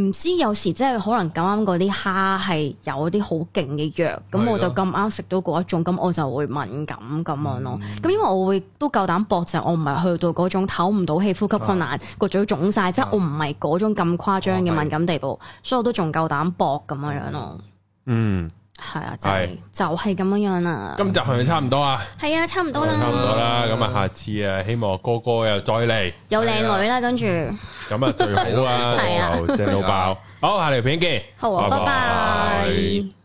S3: 唔知有時即係可能咁啱嗰啲蝦係有啲好勁嘅藥，
S2: 係
S3: 咁
S2: 咯
S3: 我就咁啱食到嗰一種，咁我就會敏感咁樣咯。咁因為我會都夠膽搏就係我唔係去到嗰種唞唔到氣、呼吸困難、個嘴腫晒，即係
S2: 啊
S3: 我唔係嗰種咁誇張
S2: 哦
S3: 嘅
S2: 係
S3: 敏感地步，所以我都仲夠膽搏咁樣樣咯。
S1: 嗯，
S3: 係啊，就係就係咁樣樣啦。
S1: 今集係咪差唔多啊？
S3: 係啊，差唔多
S1: 差唔
S3: 啦，
S1: 多啦，咁啊，下次啊，希望哥哥又再嚟，
S3: 有靚女啦，跟住
S1: 咁啊最好
S3: 係
S1: 啊，
S3: 啊
S1: 又正到爆。好，下條片見，
S3: 好啊，拜拜。